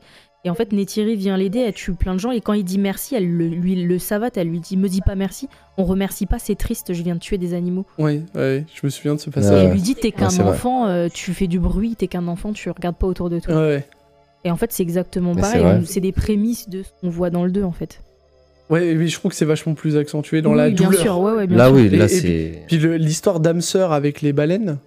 Et en fait, Neytiri vient l'aider, elle tue plein de gens. Et quand il dit merci, elle le, lui le savate, elle lui dit me dis pas merci, on remercie pas, c'est triste, je viens de tuer des animaux. Oui, ouais, je me souviens de ce Et Euh, passage. elle lui dit t'es qu'un c'est vrai. enfant, euh, tu fais du bruit, t'es qu'un enfant, tu regardes pas autour de toi. Ouais, ouais. Et en fait, c'est exactement Mais c'est pareil. vrai. on- C'est des prémices de ce qu'on voit dans le 2, en fait. Ouais, mais je trouve que c'est vachement plus accentué dans la Oui, bien douleur. sûr, ouais, ouais, bien Là, sûr. oui, Et- là, et c'est. Puis le- l'histoire d'âme sœur avec les baleines,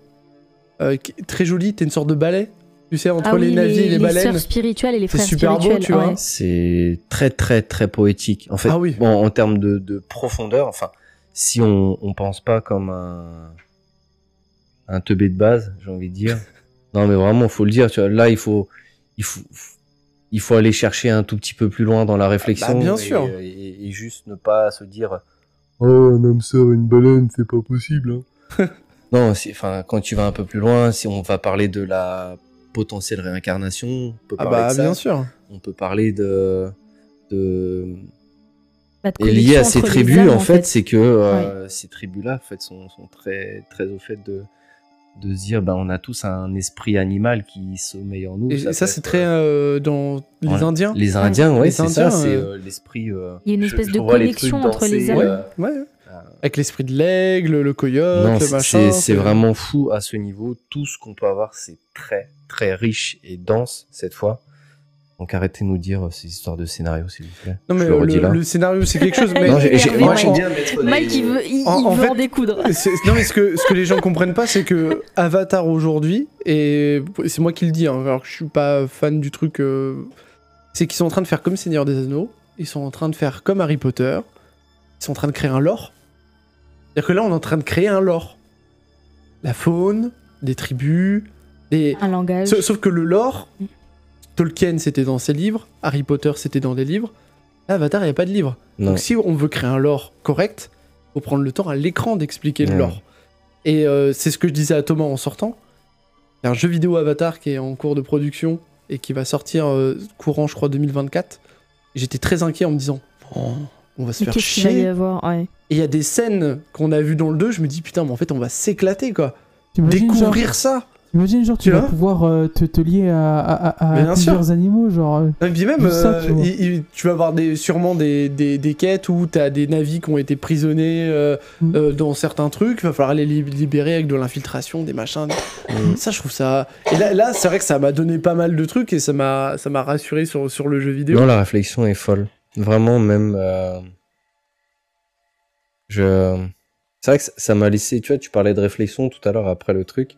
euh, qui est très jolie, t'es une sorte de balai, tu sais, entre Ah les oui, navis et les baleines. sœurs spirituelles et les C'est frères super beau, spirituels. tu vois. ouais. C'est très, très, très poétique. En fait, Ah oui. bon, en termes de, de profondeur, enfin, si on, on pense pas comme un, un teubé de base, j'ai envie de dire. non, mais vraiment, faut le dire, tu vois, là, il faut, il faut, il faut aller chercher un tout petit peu plus loin dans la réflexion. bien et- euh, sûr. Et, et juste ne pas se dire, oh, un homme sort une baleine, c'est pas possible, hein. Non, c'est, enfin, quand tu vas un peu plus loin, si on va parler de la potentielle réincarnation, on peut Ah parler bah de ça, bien sûr. on peut parler de, de, Bah, de et lié connexion à ces entre les tribus, âmes, en fait, c'est que euh, ces tribus-là, en fait, sont, sont très, très au fait de, de se dire, bah, on a tous un esprit animal qui sommeille en nous. Et ça, peut c'est être, très euh, euh, dans les Ouais. Indiens. les Indiens, Les ouais, c'est Indiens, ça, c'est euh, euh, l'esprit. euh, Il y a une je- espèce je de vois les connexion trucs entre les danser, âmes. euh, Ouais. Avec l'esprit de l'aigle, le coyote, non, le c'est- machin. c'est c'est vraiment fou à ce niveau. Tout ce qu'on peut avoir, c'est très, très riche et dense cette fois. Donc arrêtez de nous dire euh, ces histoires de scénarios, s'il vous plaît. Non mais Je le euh, le, redis là. le scénario, c'est quelque chose. Mais Non, j'ai- j'ai- Énervé, moi, Mike. j'aime bien mettre des- Mike, il veut, il, En- il en veut fait- en découdre. C'est- Non mais ce que, ce que les gens comprennent pas c'est que Avatar aujourd'hui et c'est moi qui le dis hein, alors que je suis pas fan du truc euh, c'est qu'ils sont en train de faire comme Seigneur des Anneaux ils sont en train de faire comme Harry Potter ils sont en train de créer un lore c'est-à-dire que là on est en train de créer un lore la faune des tribus des Un langage. Sa- sauf que le lore Tolkien c'était dans ses livres Harry Potter c'était dans des livres Là, Avatar il n'y a pas de livre non. donc si on veut créer un lore correct, faut prendre le temps à l'écran d'expliquer le Ouais. lore. Et euh, c'est ce que je disais à Thomas en sortant. Il y a un jeu vidéo Avatar qui est en cours de production et qui va sortir euh, courant, je crois, 2024. J'étais très inquiet en me disant, Oh, on va se Mais faire qu'est-ce qu'il va y chier. Et avoir ouais. il y a des scènes qu'on a vues dans le 2, je me dis, putain, mais en fait, on va s'éclater, quoi. T'imagines, genre- Découvrir ça. T'imagines, genre, tu Tu vas vois pouvoir euh, te, te lier à, à- à- à Mais bien plusieurs animaux, genre. euh, Et puis même, Juste ça, euh, tu vois. il- il- tu vas avoir des, sûrement des, des- des quêtes où tu as des navis qui ont été prisonniers euh, Mm. euh, dans certains trucs. Il va falloir les lib- libérer avec de l'infiltration, des machins. Mm. Ça, je trouve ça. Et là, là c'est vrai que ça m'a donné pas mal de trucs et ça m'a ça m'a rassuré sur, sur le jeu vidéo. Non, la réflexion est folle. Vraiment, même. euh, Je. C'est vrai que ça- ça m'a laissé. Tu vois, tu parlais de réflexion tout à l'heure après le truc.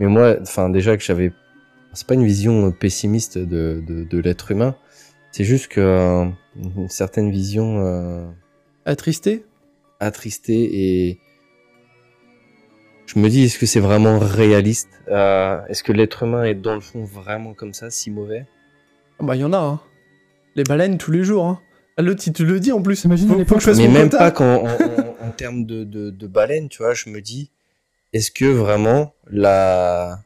Mais moi, enfin, déjà que j'avais. C'est pas une vision pessimiste de, de, de l'être humain. C'est juste que. euh, Une certaine vision. euh, Attristé attristé et je me dis est-ce que c'est vraiment réaliste Euh, Est-ce que l'être humain est dans le fond vraiment comme ça, si mauvais Ah Bah, il y en a. hein. Les baleines tous les jours. Hein. Ah, L'autre, il te le dit en plus. T'imagines à Faut, faut l'époque- que je fasse Mais mon même quota. pas qu'en en, en- en termes de, de, de baleine, tu vois, je me dis est-ce que vraiment la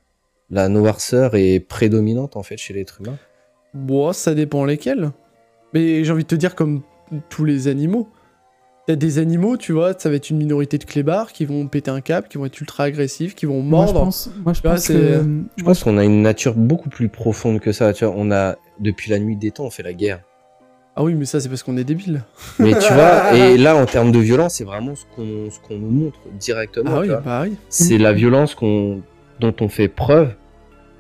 la noirceur est prédominante en fait chez l'être humain Bon, ça dépend lesquels. Mais j'ai envie de te dire, comme tous les animaux, t'as des animaux, tu vois, ça va être une minorité de clébards qui vont péter un câble, qui vont être ultra agressifs, qui vont Moi, je mordre. pense, moi, je Tu vois, pense c'est- que. euh, Je pense qu'on a une nature beaucoup plus profonde que ça, tu vois, on a depuis la nuit des temps, on fait la guerre. Ah oui, mais ça, c'est parce qu'on est débile. Mais tu vois, et là en termes de violence, c'est vraiment ce qu'on ce qu'on nous montre directement, Ah tu oui, vois. bah oui. c'est la violence qu'on, dont on fait preuve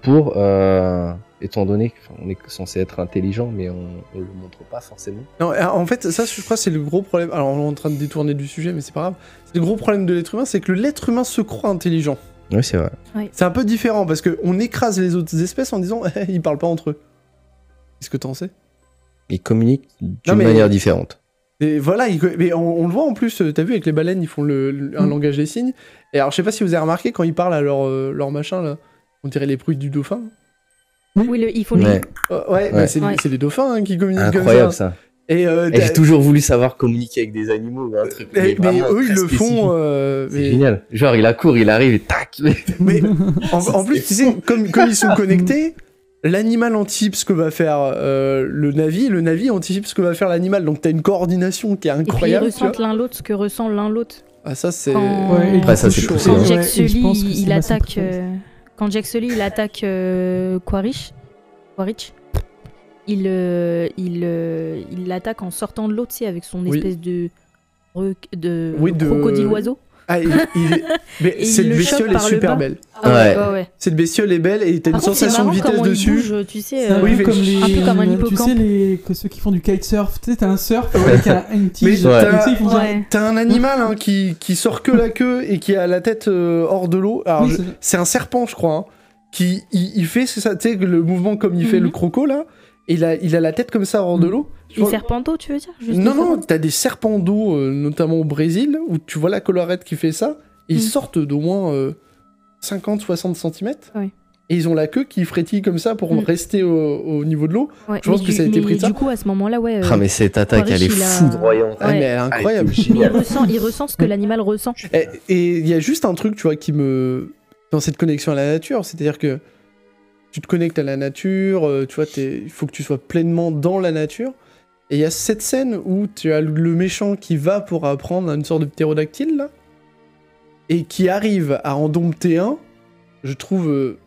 pour, euh, étant donné qu'on est censé être intelligent, mais on, on le montre pas forcément. Non, ah, en fait, ça, je crois, c'est le gros problème. Alors, on est en train de détourner du sujet, mais c'est pas grave. C'est le gros problème de l'être humain, c'est que l'être humain se croit intelligent. Oui, c'est vrai. C'est un peu différent parce que on écrase les autres espèces en disant Eh, ils parlent pas entre eux. Qu'est-ce que t'en sais Ils communiquent d'une Non, mais- manière différente. Et voilà, ils- mais on, on le voit en plus, euh, t'as vu avec les baleines, ils font le, le- un Mm. langage des signes. Et alors, je sais pas si vous avez remarqué, quand ils parlent à leur, euh, leur machin là, on dirait les bruits du dauphin. Oui, le- il faut le- Ouais, Euh, ouais, Ouais. bah, c'est Ouais. c'est les dauphins hein, qui communiquent comme incroyable ça. ça. Et, euh, Et t'as- j'ai toujours voulu savoir communiquer avec des animaux ou un truc. mais, mais vraiment eux, ils très le spécifique. font. euh, C'est mais- génial. Genre, il accourt, il arrive et tac. mais En, Ça, en plus, c'est tu sais, comme, comme ils sont connectés, l'animal anticipe ce que va faire euh, le navi, le navi anticipe ce que va faire l'animal. Donc t'as une coordination qui est Et puis ils incroyable. tu vois. ressentent l'un l'autre ce que ressent l'un l'autre. Ah ça c'est. Quand- Ouais, et bah, Après, ça, du coup, je- c'est poussé, ouais, hein. Quand et Jack je Sully, pense que c'est il ma scène attaque. préférée. euh, quand Jack Sully, il attaque euh, Quaritch, Quaritch, il euh, il euh, il l'attaque en sortant de l'eau, tu sais, avec son Oui. espèce de rec- de Oui, de- crocodile oiseau. Ah, il- il est- mais Et il cette le chope bestiole est par le super bas. belle. ouais. Cette bestiole est belle et t'as Ah une Par contre, c'est sensation de marrant vitesse comment il dessus. bouge, tu sais. C'est un euh, peu Oui, mais comme je- les, euh, un peu comme un Tu hippocampe. sais, les, que ceux qui font du kitesurf, tu sais, t'as un surf avec un, une Mais tige. t'as- et tu sais, ils font ça. euh, ouais. T'as un animal Mmh. hein, qui, qui sort que la queue et qui a la tête euh, hors de l'eau. Alors, Oui, je- c'est- c'est un serpent, je crois. hein, qui il, il fait ça, tu sais, le mouvement comme il fait Mhm. le croco là. Et il a, il a la tête comme ça hors de l'eau. Je Les crois- serpentos, tu veux dire Mmh. Non, Juste les non, serpentos t'as des serpents d'eau, euh, notamment au Brésil, où tu vois la colorette qui fait ça. et Ils Mm. sortent d'au moins euh, 50-60 cm. Ouais. Et ils ont la queue qui frétille comme ça pour Mm. rester au, au niveau de l'eau. Ouais, je pense mais que du- ça a été mais pris de ça. Du coup, à ce moment-là, ouais. euh, Ah, mais cette attaque, elle est Quaritch, il a- foudroyante. Ah, Ouais. mais elle est incroyable. Il ressent, il ressent ce que l'animal ressent. Et Eh, et il y a juste un truc, tu vois, qui me. dans cette connexion à la nature, c'est-à-dire que tu te connectes à la nature, euh, tu vois, t'es- il faut que tu sois pleinement dans la nature. Et il y a cette scène où tu as le méchant qui va pour apprendre une sorte de ptérodactyle, là, et qui arrive à en dompter un, je trouve euh,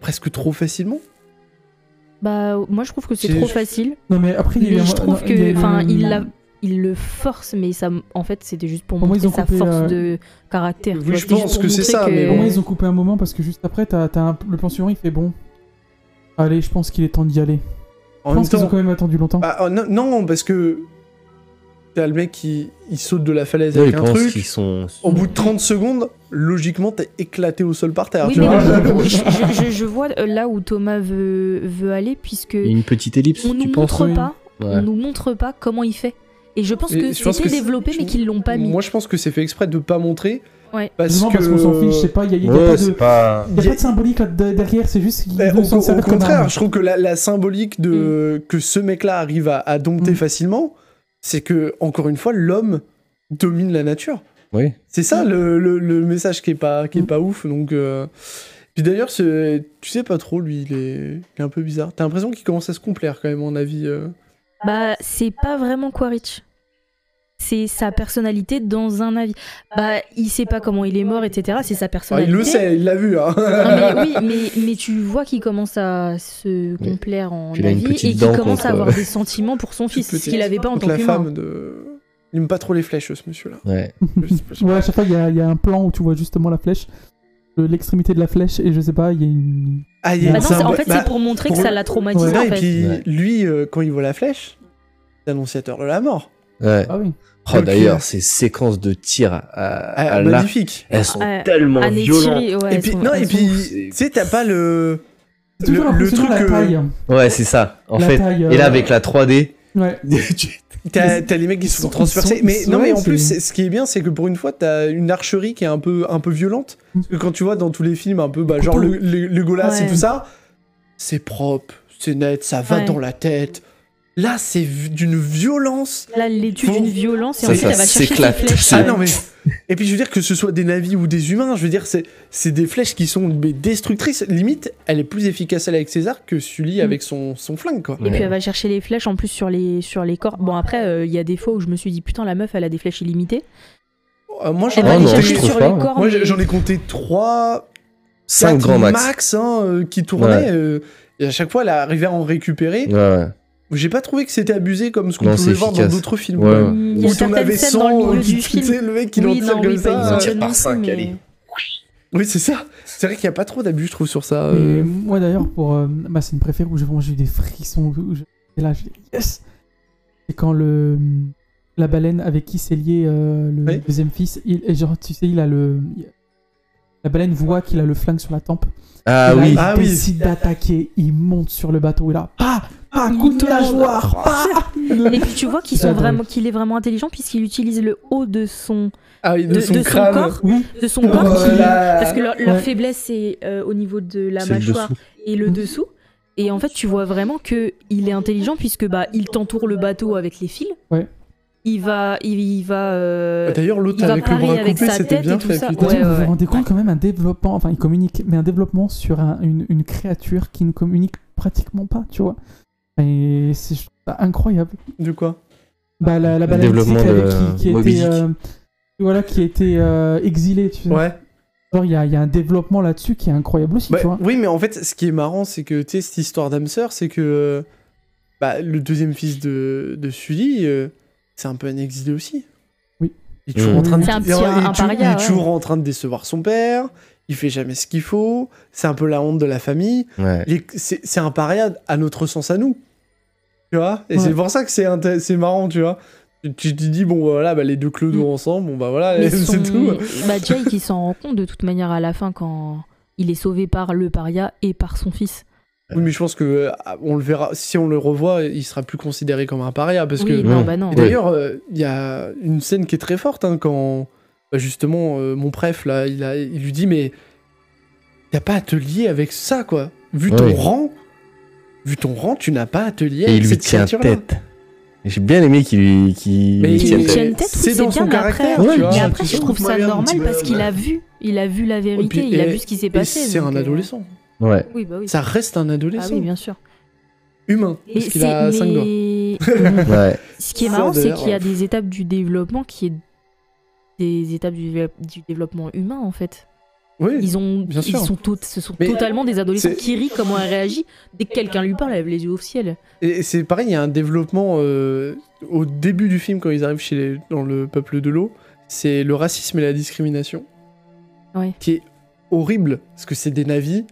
presque trop facilement. Bah, moi, je trouve que c'est C'est- trop facile. Non, mais après, il y a eu Mais un- je non, trouve il y a que, eu- enfin, il l'a, il le force, mais ça, m- en fait, c'était juste pour Pour moi, ils montrer ont sa coupé, force euh, de caractère. Oui, tu vois, je c'était juste pense pour que c'est montrer ça, que- mais Pour moi, ils ont coupé un moment parce que juste après, t'as, t'as un- le plan suivant, il fait bon. Allez, je pense qu'il est temps d'y aller. En Je même pense qu'ils ont temps, quand même attendu longtemps. bah, oh, non, non, parce que t'as le mec qui il saute de la falaise Ils avec un pensent truc. qu'ils sont. Au bout de 30 secondes, logiquement, t'es éclaté au sol par terre. Oui, tu mais vois. bon, je, je- je- je vois euh, là où Thomas veut, veut aller, puisque Une petite ellipse, on nous tu penses montre oui. pas, Ouais. on nous montre pas comment il fait. Et je pense Et que je pense c'était que c'est- développé, je- mais qu'ils l'ont pas mis. Moi, je pense que c'est fait exprès de pas montrer. Ouais. Parce, Justement, que... parce qu'on s'en fiche, je sais pas, il y a, il y a Ouais, pas c'est de. pas. Il y a pas de symbolique là de- derrière, c'est juste qu'ils Eh, veulent au, s'en au- servir au comme un contraire, arme. je trouve que la, la symbolique de Mm. que ce mec-là arrive à, à dompter Mm. facilement, c'est que encore une fois, l'homme domine la nature. Oui. C'est ça Mm. le, le- le message qui est pas qui est Mm. pas ouf. Donc, euh, puis d'ailleurs, ce- tu sais pas trop, lui, il est, il est un peu bizarre. T'as l'impression qu'il commence à se complaire quand même, en avis. euh. Bah, c'est pas vraiment Quaritch. C'est sa personnalité dans un avis. Bah, il sait pas comment il est mort, etc. C'est sa Ah, personnalité. il le sait, il l'a vu. Hein. Non, mais, oui, mais, mais tu vois qu'il commence à se complaire en Qu'il a une avis et qu'il petite dent commence à contre- avoir des sentiments pour son fils, Toute ce qu'il avait pas en Contre tant la qu'humain. femme de. Il aime pas trop les flèches, ce monsieur-là. Ouais. Je sais pas, je sais Ouais, pas. à chaque fois, il y, a- il y a un plan où tu vois justement la flèche, le- l'extrémité de la flèche, et je sais pas, il y a une. Ah, il y Bah a non, une c'est- c'est- en symbo- fait, bah, c'est pour montrer pour que ça le- l'a traumatisé, non, en et fait. puis Ouais. lui, euh, quand il voit la flèche, c'est annonciateur de la mort. ouais. Ah oui. Oh, Ok. d'ailleurs, ces séquences de tir à, à, euh, Ah, à l'arc, magnifique. elles sont Ah, tellement Anne et violentes. Thierry, ouais, et puis, son- non, et son- puis, c'est- tu sais, t'as pas le. C'est toujours Le- en le fonction de truc, euh, la taille. hein. Ouais, c'est ça. En La fait. taille, Et là, euh, avec la 3D, Ouais. tu- T'as t'as les mecs qui Ils se font sont- transpercer. ils sont- Mais ils non, sont- mais ouais, en plus, c'est- c'est- ce qui est bien, c'est que pour une fois, t'as une archerie qui est un peu, un peu violente. Mm. Parce que quand tu vois dans tous les films, un peu, bah, genre le, couteaux. le, le Golas et Ouais. tout ça, c'est propre, c'est net, ça va Ouais. dans la tête. Là, c'est v- d'une violence. Là, elle l'étude d'une Faut- violence et Ça, ensuite ça elle va chercher ses s'éclate. flèches. Ah non mais et puis je veux dire que ce soit des navis ou des humains, je veux dire c'est c'est des flèches qui sont mais, destructrices. Limite, elle est plus efficace elle avec ses arcs que Sully Mm. avec son, son flingue quoi. Et puis elle va chercher les flèches en plus sur les, sur les corps. Bon, après, euh, il y a des fois où je me suis dit, putain, la meuf, elle a des flèches illimitées. Euh, moi j'en Elle va Ah ai les non, je compté- chercher trouve Eh ben, sur pas, les hein. corps. moi, mais- j'en ai compté 3 5 grands max. max hein, euh, qui tournaient euh, et à chaque fois elle arrivait à en récupérer. Ouais, ouais. J'ai pas trouvé que c'était abusé comme ce qu'on Non, pouvait c'est voir efficace. dans d'autres films. Ouais, quoi. ouais. Il y a Où t'en certaines avais scènes dans 100 le milieu qui- du tu film. sais, le mec qui en Oui, tire non, comme oui, ça. bah, ils en euh, tirent euh, par non cinq, plus, allez. mais- Oui, c'est ça. C'est vrai qu'il y a pas trop d'abus, je trouve, sur ça. Et euh. moi d'ailleurs, pour euh, ma scène préférée où j'ai vraiment j'ai eu des frissons, où j'ai- et là j'ai yes C'est quand le, la baleine avec qui s'est lié euh, le Oui. deuxième fils, il, et genre, tu sais, il a le. il- la baleine voit qu'il a le flingue sur la tempe. Ah Et là, oui. il Ah oui. décide d'attaquer, il monte sur le bateau, et là, ah Ah Coup de Oh, nageoire Ah Et puis tu vois qu'ils sont J'adore. vraiment, qu'il est vraiment intelligent puisqu'il utilise le haut de son, Ah oui, de, de- son de son crâne. corps. Oui, de son Oh corps. qui- là. Parce que leur, leur Ouais. faiblesse c'est euh, au niveau de la C'est le mâchoire dessous. et le Mhm. dessous. Et en fait, tu vois vraiment que il est intelligent puisque bah il t'entoure le bateau avec les fils. Ouais. Il va, il, il va. euh, D'ailleurs, l'autre il va avec le parler bras avec coupé, sa c'était tête bien et tout fait. ça. putain. Ouais, vous ouais. vous rendez compte quand même un développement, enfin il communique, mais un développement sur un- une, une créature qui ne communique pratiquement pas, tu vois. Et c'est je trouve ça incroyable. Du quoi Bah, la, la Le banane développement cyclade de qui, qui Moby était, Dick. euh, voilà, qui était euh, exilée, tu sais. Ouais. Genre, il y a, il y a un développement là-dessus qui est incroyable aussi, Bah, tu vois. oui, mais en fait, ce qui est marrant, c'est que tu sais, cette histoire d'âme sœur, c'est que euh, bah, le deuxième fils de, de Sully, euh, c'est un peu un exilé aussi. Oui. Il est toujours Mmh. en train de, C'est un il petit- est- il est un toujours- paria, il est ouais. toujours en train de décevoir son père. Il fait jamais ce qu'il faut. C'est un peu la honte de la famille. Ouais. Il est- C'est c'est un paria à notre sens à nous. Tu vois Et Ouais. c'est pour ça que c'est inté- c'est marrant, tu vois. Tu tu te dis, bon, bah, voilà, bah, les deux clodos Mmh. ensemble, bon, bah voilà, Mais c'est son- tout. Bah, Jake, il s'en rend compte de toute manière à la fin quand il est sauvé par le paria et par son fils. Oui, mais je pense que euh, on le verra. Si on le revoit, il sera plus considéré comme un paria parce oui, que. non, Ouais. bah non. Et D'ailleurs, euh, il y a une scène qui est très forte hein, quand bah, justement euh, mon préf là, il, a, il lui dit mais t'as pas à te lier avec ça quoi. Vu ton Ouais. rang, vu ton rang, tu n'as pas à te lier Et avec il lui cette tient créature-là. tête. J'ai bien aimé qu'il lui, qu'il Mais lui il- tienne il- tête. tienne tête, oui, c'est dans bien, son mais après- caractère, tu Ouais, vois. Mais Ah, après, je trouve ça moyen, normal petit parce qu'il a vu, il a vu la vérité, puis, il a bah. et- vu ce qui s'est Et passé. c'est donc, un euh, adolescent. Ouais. Oui, bah oui. Ça reste un Ah adolescent oui, bien sûr. humain parce Mais qu'il a c'est- cinq doigts. mais- ouais. Ce qui est Ça, marrant, c'est d'ailleurs, qu'il y a euh, des étapes du développement qui est des étapes du, du développement humain en fait. Oui. Ils ont, bien ils sûr. sont tot- ce sont Mais totalement des adolescents c'est- qui rient comment elle réagit dès que quelqu'un lui parle, elle lève les yeux au ciel. Et c'est pareil, il y a un développement euh, au début du film quand ils arrivent chez les- dans le peuple de l'eau, c'est le racisme et la discrimination. Ouais. Qui est horrible parce que c'est des navis.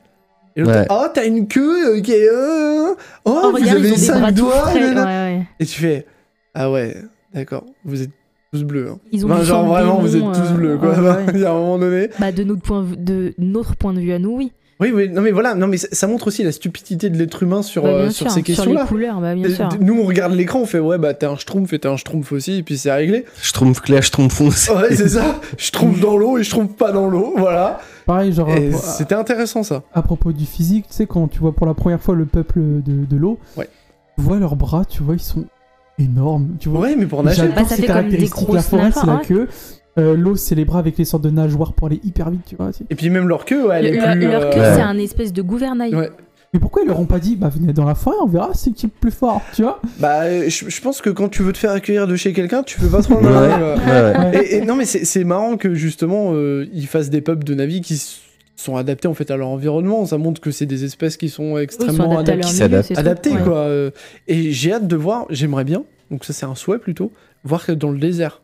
Et l'autre, Ouais. oh t'as une queue euh, qui est euh, oh, vous regarde, ils ont avez des bras cinq tout doigts. frais, nanana. ouais, ouais. Et tu fais ah ouais d'accord vous êtes tous bleus. hein. Ils ont Enfin, du genre sang de vraiment vous êtes démon, tous euh, bleus quoi. ouais, ouais. Il y a un moment donné. Bah, de notre point de, de notre point de vue à nous, oui. Oui mais non mais voilà non mais ça- ça montre aussi la stupidité de l'être humain sur Bah, euh, bien sur sûr, ces questions Sur là. les couleurs, bah, bien Et sûr. Nous, on regarde l'écran, on fait ouais, bah t'es un schtroumpf et t'es un schtroumpf aussi, et puis c'est réglé. Je trompe clair, je trompe fonce. Ouais, c'est ça. Je trouve dans l'eau et je trouve pas dans l'eau, voilà. Pareil, genre, euh, Et pour- à, c'était intéressant ça. à propos du physique, tu sais, quand tu vois pour la première fois le peuple de, de l'eau, Ouais. tu vois leurs bras, tu vois, ils sont énormes, tu vois. Ouais, mais pour nager. J'adore Bah, ça ces fait comme des caractéristiques. La grosses forêt, c'est la nageoires, queue. Euh, L'eau, c'est les bras avec les sortes de nageoires pour aller hyper vite, tu vois. c'est- Et puis même leur queue, Ah, ouais, elle Le- est leur- plus. leur euh, queue, ouais. c'est un espèce de gouvernail. Ouais. Mais pourquoi ils leur ont pas dit, bah venez dans la forêt, on verra c'est qui est le plus fort, tu vois Bah, euh, je, je pense que quand tu veux te faire accueillir de chez quelqu'un, tu peux pas trop le Ouais. malin, quoi. Ouais. Ouais. Et, et non, mais c'est c'est marrant que justement, euh, ils fassent des peuples de navis qui s- sont adaptés en fait à leur environnement. Ça montre que c'est des espèces qui sont Oui, ils sont extrêmement adaptés adaptées à qui leur milieu, s'adaptent. c'est ça. adapté Ouais. quoi. Euh, Et j'ai hâte de voir, j'aimerais bien, donc ça c'est un souhait plutôt, voir que dans le désert.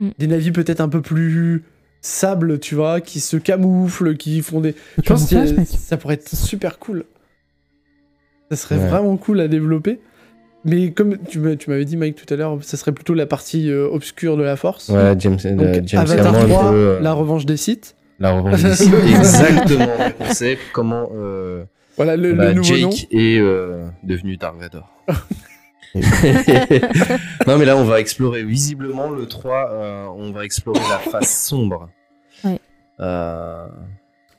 Mm. Des navires peut-être un peu plus sable, tu vois, qui se camouflent, qui font des. Le Je pense que camouflage, mec. ça pourrait être super cool. Ça serait Ouais. vraiment cool à développer. Mais comme tu m'as- tu m'avais dit, Mike, tout à l'heure, ça serait plutôt la partie euh, obscure de la force. Ouais, James, euh, Donc, James Avatar Cameron 3, veut, euh, la revanche des sites. la revanche des Sith. Exactement le concept. Comment euh, Voilà le, le bah, nouveau Jake nom. est euh, devenu Dark Vador. non, mais là, on va explorer. Visiblement, le 3, euh, on va explorer la face sombre. Ouais. Euh,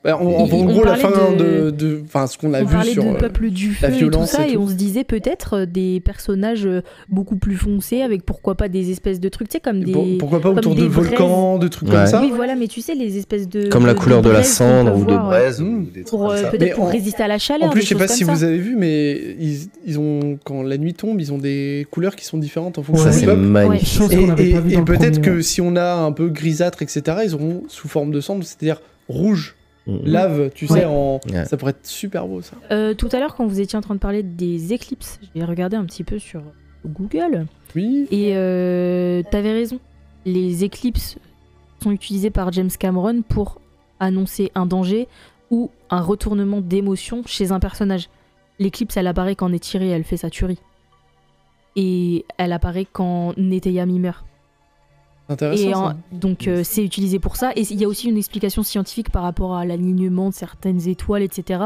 Bah, en, en- en On gros, la parlait fin de, de- de- enfin, ce qu'on a On vu parlait sur. de euh, peuple du feu la et tout violence ça, et et, tout. on se disait peut-être euh, des personnages euh, beaucoup plus foncés avec pourquoi pas des espèces de trucs, tu sais, comme des. Pour- pourquoi pas comme autour des de volcans, de trucs comme Ouais. ça Oui, voilà, mais tu sais, les espèces de. comme la couleur de la braises qu'on peut cendre ou de voir, euh, braise ouais. ou des trucs Pour comme euh, ça. Mais peut-être pour en- résister à la chaleur. En plus, des je sais choses pas comme si ça. vous avez vu, mais ils, ils ont quand la nuit tombe, ils ont des couleurs qui sont différentes en fonction Ça, Ouais. du c'est peuple. magnifique. Chose Et, qu'on avait et- pas vue et dans le peut-être premier, hein. que ouais. si on a un peu grisâtre, etc., ils auront sous forme de cendre, c'est-à-dire rouge, Bah, Mm. lave, tu Ouais. sais, en... Ouais. ça pourrait être super beau ça. Euh, tout à l'heure, quand vous étiez en train de parler des éclipses, j'ai regardé un petit peu sur Google, Oui, et euh, t'avais raison. Les éclipses sont utilisées par James Cameron pour annoncer un danger ou un retournement d'émotion chez un personnage. L'éclipse, elle apparaît quand Neytiri, elle fait sa tuerie. Et elle apparaît quand Neteyami meurt. c'est intéressant. Et ça. en- donc euh, c'est utilisé pour ça. Et il y a aussi une explication scientifique par rapport à l'alignement de certaines étoiles, etc.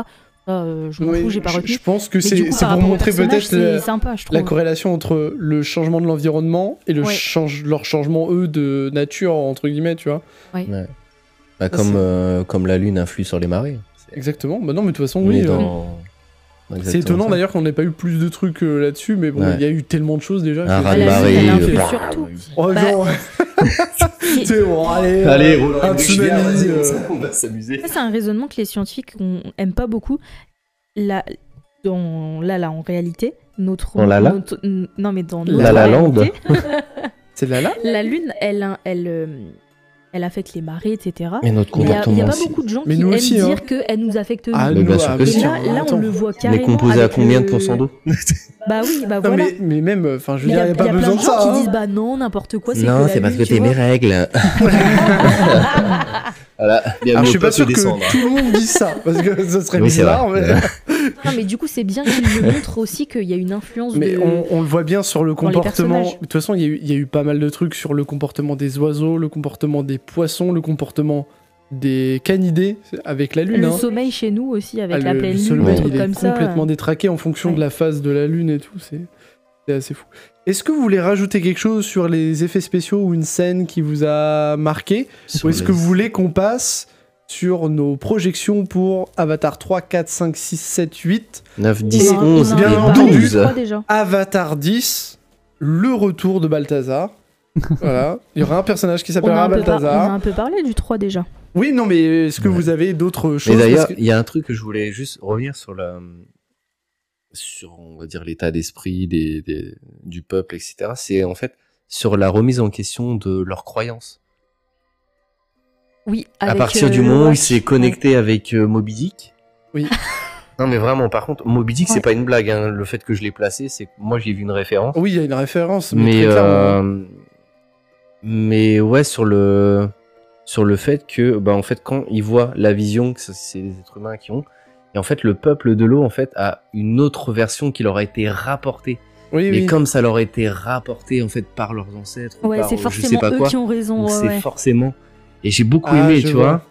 Ça, euh, je m'en Ouais, fous, j'ai pas je- retenu. Je pense que Mais du c'est c'est coup, par pour rapport au montrer personnage, peut-être c'est la, sympa, je trouve. la corrélation entre le changement de l'environnement et le Ouais. change, leur changement, eux, de nature, entre guillemets, tu vois. Bah, c'est- comme, euh, comme la lune influe sur les marées. Exactement, bah non, mais de toute façon, On oui. est euh, dans- C'est étonnant d'ailleurs qu'on n'ait pas eu plus de trucs euh, là-dessus, mais bon, il Ouais. y a eu tellement de choses déjà. Un que- rat À de la marée. suite, elle a euh, Ah, un peu bah, surtout. Oh Bah, genre, c'est bon, allez, euh, Allez, roule un tsunami. euh, on va s'amuser. Ça, c'est un raisonnement que les scientifiques on aime pas beaucoup. Là, dans, là, là, en réalité, notre, Dans la la notre- non mais dans La notre la land. réalité, C'est de la là la lune, elle, elle, euh, elle affecte les marées, etc. Mais notre Il y a, comportement. il y a pas aussi. beaucoup de gens Mais qui nous aiment aussi, hein. dire qu'elle nous affecte. Ah, nous. Mais non, bien sûr ah, que mais si. Et là, là, on attends. le voit On est carrément. composé à avec combien le- de pourcents d'eau Bah oui, bah Non, voilà. mais, mais même, enfin, je veux Mais dire, il n'y a pas plein besoin de gens ça. qui hein. disent bah non, n'importe quoi. Non, c'est la parce que lune, tu t'es mes vois. règles. voilà. Alors, Ah, je suis pas sûr que descendre. tout le monde dise ça, parce que ce serait Oui, c'est bizarre. vrai. Mais, Non, mais du coup, c'est bien qu'ils le montrent aussi qu'il y a une influence mais de. on, on le voit bien sur le Dans les comportement. De personnages. toute façon, il y, a eu- il y a eu pas mal de trucs sur le comportement des oiseaux, le comportement des poissons, le comportement des canidés avec la lune. Le hein. sommeil chez nous aussi avec Ah, la le- pleine le lune, sommeil, des trucs il est comme ça. complètement détraqué en fonction de Ouais. la phase de la lune et tout. C'est c'est assez fou. Est-ce que vous voulez rajouter quelque chose sur les effets spéciaux ou une scène qui vous a marqué Ou est-ce que vous voulez qu'on passe sur nos projections pour Avatar 3, 4, 5, 6, 7, 8, 9, On 10, en- on 11 en bien et a parlé, je 12. crois, déjà. Avatar 10, le retour de Balthazar Voilà. Il y aura un personnage qui On a s'appellera un peu par- on a Balthazar. un peu parlé du 3 déjà. Oui, non, mais est-ce que Ouais. vous avez d'autres choses Mais Parce d'ailleurs, que- il y a un truc que je voulais juste revenir sur la sur on va dire l'état d'esprit des, des- du peuple etc c'est en fait sur la remise en question de leurs croyances Oui, à avec, partir euh, du le moment où il Watch. s'est connecté avec euh, Moby Dick Oui. non mais vraiment par contre Moby Dick Ouais. c'est pas une blague hein. le fait que je l'ai placé c'est que moi j'ai vu une référence Oui, il y a une référence. Mais, mais très clairement. hein. euh, mais ouais sur le sur le fait que bah en fait quand ils voient la vision que ça, c'est les êtres humains qui ont et en fait le peuple de l'eau en fait a une autre version qui leur a été rapportée oui, mais oui. comme ça leur a été rapporté en fait par leurs ancêtres ou Ouais, par c'est euh, je sais forcément pas eux quoi qui ont raison. donc ouais, c'est ouais. forcément et j'ai beaucoup Ah, aimé je tu vois. vois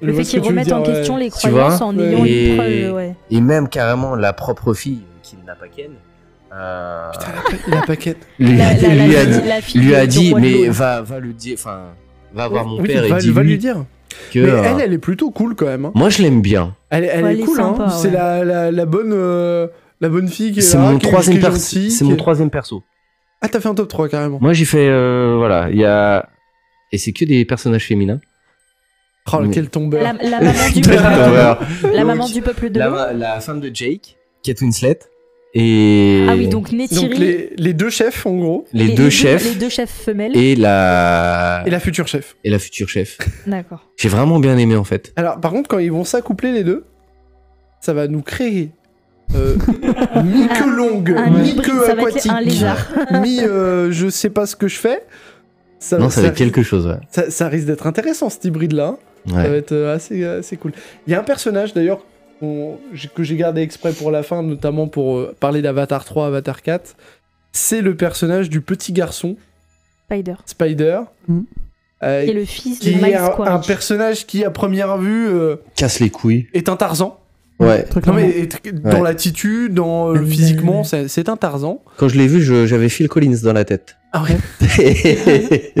Je Le vois fait ce que qu'ils tu veux remettent dire, en ouais. question les Tu croyances vois en Ouais. ayant Et- une preuve. ouais. et même carrément la propre fille qui n'a pas Ken euh, Putain, Ah, la pa- la paquette. lui, La- la- la- lui a la- dit la fille lui a du dit roi de mais l'eau. va va le dire enfin va voir mon Oui, père et va, dis va lui lui dire. que Mais euh, elle, elle est plutôt cool quand même. hein. moi je l'aime bien Elle, elle Ouais, est elle est cool, sympa, hein. C'est ouais. la, la, la bonne, euh, la bonne fille qui est c'est là, mon qui est- troisième qui est perso gentille, qui c'est mon est- troisième perso Ah, t'as fait un top 3 carrément. moi j'ai fait euh, voilà il y a et c'est que des personnages féminins Oh, Mais- quel tombeur. La, la maman du Quel peuple, tombeur. la, la Donc, maman du peuple de l'eau. la femme de Jake Kate Winslet et Ah oui, donc Nétiri, Donc les, les deux chefs en gros, les, les- deux les chefs les deux chefs femelles. et la et la future chef. et la future chef D'accord. j'ai vraiment bien aimé en fait Alors par contre, quand ils vont s'accoupler les deux, ça va nous créer euh, mi-queue longue, Un Ouais. hybride, mi-queue ça va être aquatique, un lézard. mi- euh, je sais pas ce que je fais. Ça, non ça ça- va être quelque chose ouais, ça- ça risque d'être intéressant cet hybride là. Ouais. Ça va être euh, assez, assez cool. Il y a un personnage d'ailleurs qu'on- j- que j'ai gardé exprès pour la fin, notamment pour euh, parler d'Avatar 3, Avatar 4. C'est le personnage du petit garçon, Spider. Spider. Mhm. euh, Mm. Qui est le fils de qui est Miles un, un Quaritch. personnage qui, à première vue, euh, casse les couilles est un Tarzan. ouais Très Non, mais clairement. est- dans Ouais. l'attitude, dans, euh, Oui, physiquement, oui. c'est c'est un Tarzan. Quand je l'ai vu, je- j'avais Phil Collins dans la tête. Ah ouais. Et,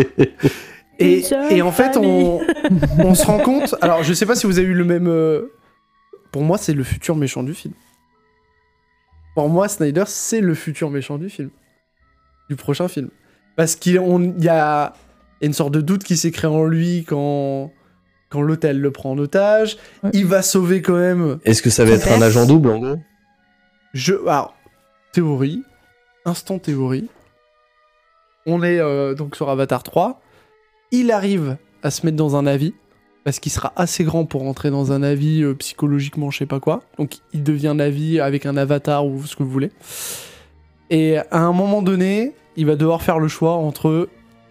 Une seule et en fait, on, on se rend compte. Alors, je sais pas si vous avez eu le même. euh, Pour moi, c'est le futur méchant du film. Pour moi, Snyder, c'est le futur méchant du film. Du prochain film. Parce qu'il on- il y a une sorte de doute qui s'est créé en lui quand, quand l'hôtel le prend en otage. Ouais. Il va sauver quand même. Est-ce que ça va être un agent double en gros Je. Alors, théorie. Instant théorie. On est euh, donc sur Avatar 3. Il arrive à se mettre dans un avis. Parce qu'il sera assez grand pour entrer dans un avis euh, psychologiquement, je sais pas quoi. Donc il devient un avis avec un avatar ou ce que vous voulez. Et à un moment donné, il va devoir faire le choix entre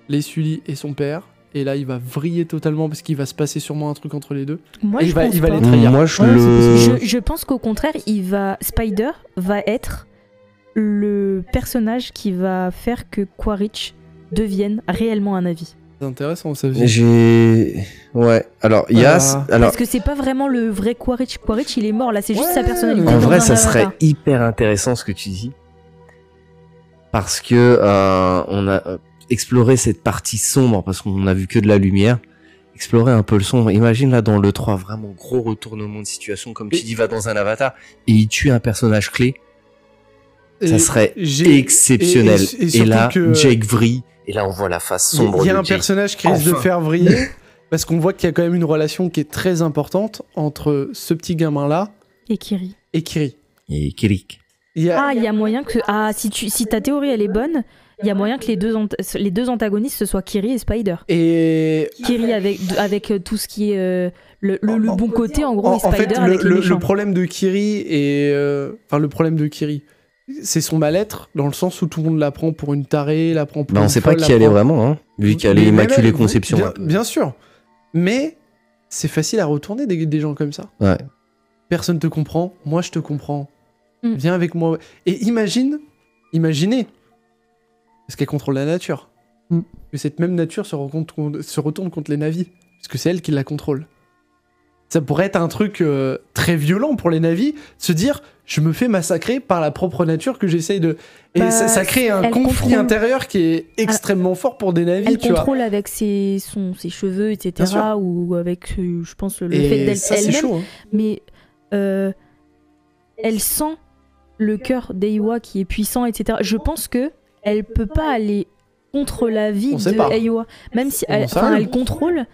les Sully et son père. Et là, il va vriller totalement parce qu'il va se passer sûrement un truc entre les deux. Moi, Et je il va- pense il va pas. les trahir. Mmh. Moi, je Ouais, c'est le. Je, je pense qu'au contraire, il va Spider va être le personnage qui va faire que Quaritch devienne réellement un avis. C'est intéressant, ça aussi. J'ai. Ouais. Alors, il y a. Ah. Alors, Euh, Parce que c'est pas vraiment le vrai Quaritch. Quaritch, il est mort là, c'est juste Ouais, sa personnalité. que en dans un vrai, ça avatar. serait hyper intéressant ce que tu dis. Parce que euh, on a euh, exploré cette partie sombre, parce qu'on n'a vu que de la lumière. explorer un peu le sombre. Imagine là dans le 3, vraiment gros retournement de situation, comme tu dis, va dans un avatar et il tue un personnage clé, ça Et serait j'ai- exceptionnel. et- et- et Et, surtout là, que- Jake vrille, et là on voit la face Il y a- sombre. Il y a de un Jake. personnage qui risque de Enfin. faire vriller parce qu'on voit qu'il y a quand même une relation qui est très importante entre ce petit gamin là Et Kiri. et Kiri. Et Kirik. Il y a- Ah, il y a moyen que. Ah, si, tu... si ta théorie elle est bonne, il y a moyen que les deux, ant- les deux antagonistes ce soit Kiri et Spider. Et Kiri avec, avec euh, tout ce qui est euh, le, le- le bon côté en gros en, et en Spider fait, le, avec les le- le méchants. problème de Kiri et euh, enfin le problème de Kiri, c'est son mal-être dans le sens où tout le monde la prend pour une tarée, la prend pour Bah, on une sait pas folle, qui la elle est prend- vraiment, hein, vu qu'elle est Mais même immaculée elle, conception. hein. Bien, un peu. bien sûr, mais c'est facile à retourner des, des gens comme ça. Ouais. Personne te comprend, moi je te comprends. Mm. Viens avec moi. Et imagine, imaginez, parce qu'elle contrôle la nature, Mm. que cette même nature se, rencontre- se retourne contre les navis, parce que c'est elle qui la contrôle. Ça pourrait être un truc euh, très violent pour les navis, de se dire je me fais massacrer par la propre nature que j'essaye de. Et Bah, ça, ça crée un elle conflit contrôle- intérieur qui est extrêmement fort pour des navis. Ah. Elle tu vois. contrôle avec ses, son, ses cheveux, Bien etc. sûr. Ou avec, euh, je pense, le Et fait ça, d'être c'est elle-même. chaud. hein. Mais euh, elle sent le cœur d'Eiwa qui est puissant, etc. Je pense que elle peut pas aller contre la vie On sait de pas. Eiwa. Même si On elle, sait enfin, rien. elle contrôle,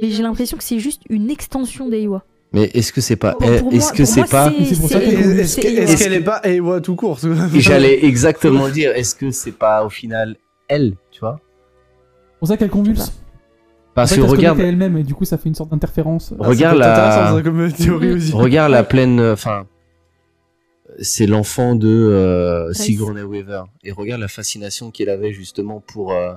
mais j'ai l'impression que c'est juste une extension d'Eiwa. Mais est-ce que Bah, c'est pas Pour- eh, elle- pour moi- Est-ce que pour c'est moi, pas Mais c'est pour ça c'est- Et que- Est-ce c'est que- est-ce Ewa. qu'elle est pas Ewa tout court ce- Et J'allais exactement le dire. Est-ce que c'est pas au final elle, tu vois C'est pour ça qu'elle convulse. Parce En fait, elle se que Ah, regarde, connecte à elle-même et du coup ça fait une sorte d'interférence. Ah, ça regarde peut être la, intéressant, ça, comme théorie Mm. aussi. regarde la pleine, enfin, c'est l'enfant de euh, Bryce. Sigourney Weaver. Et regarde la fascination qu'elle avait justement pour euh,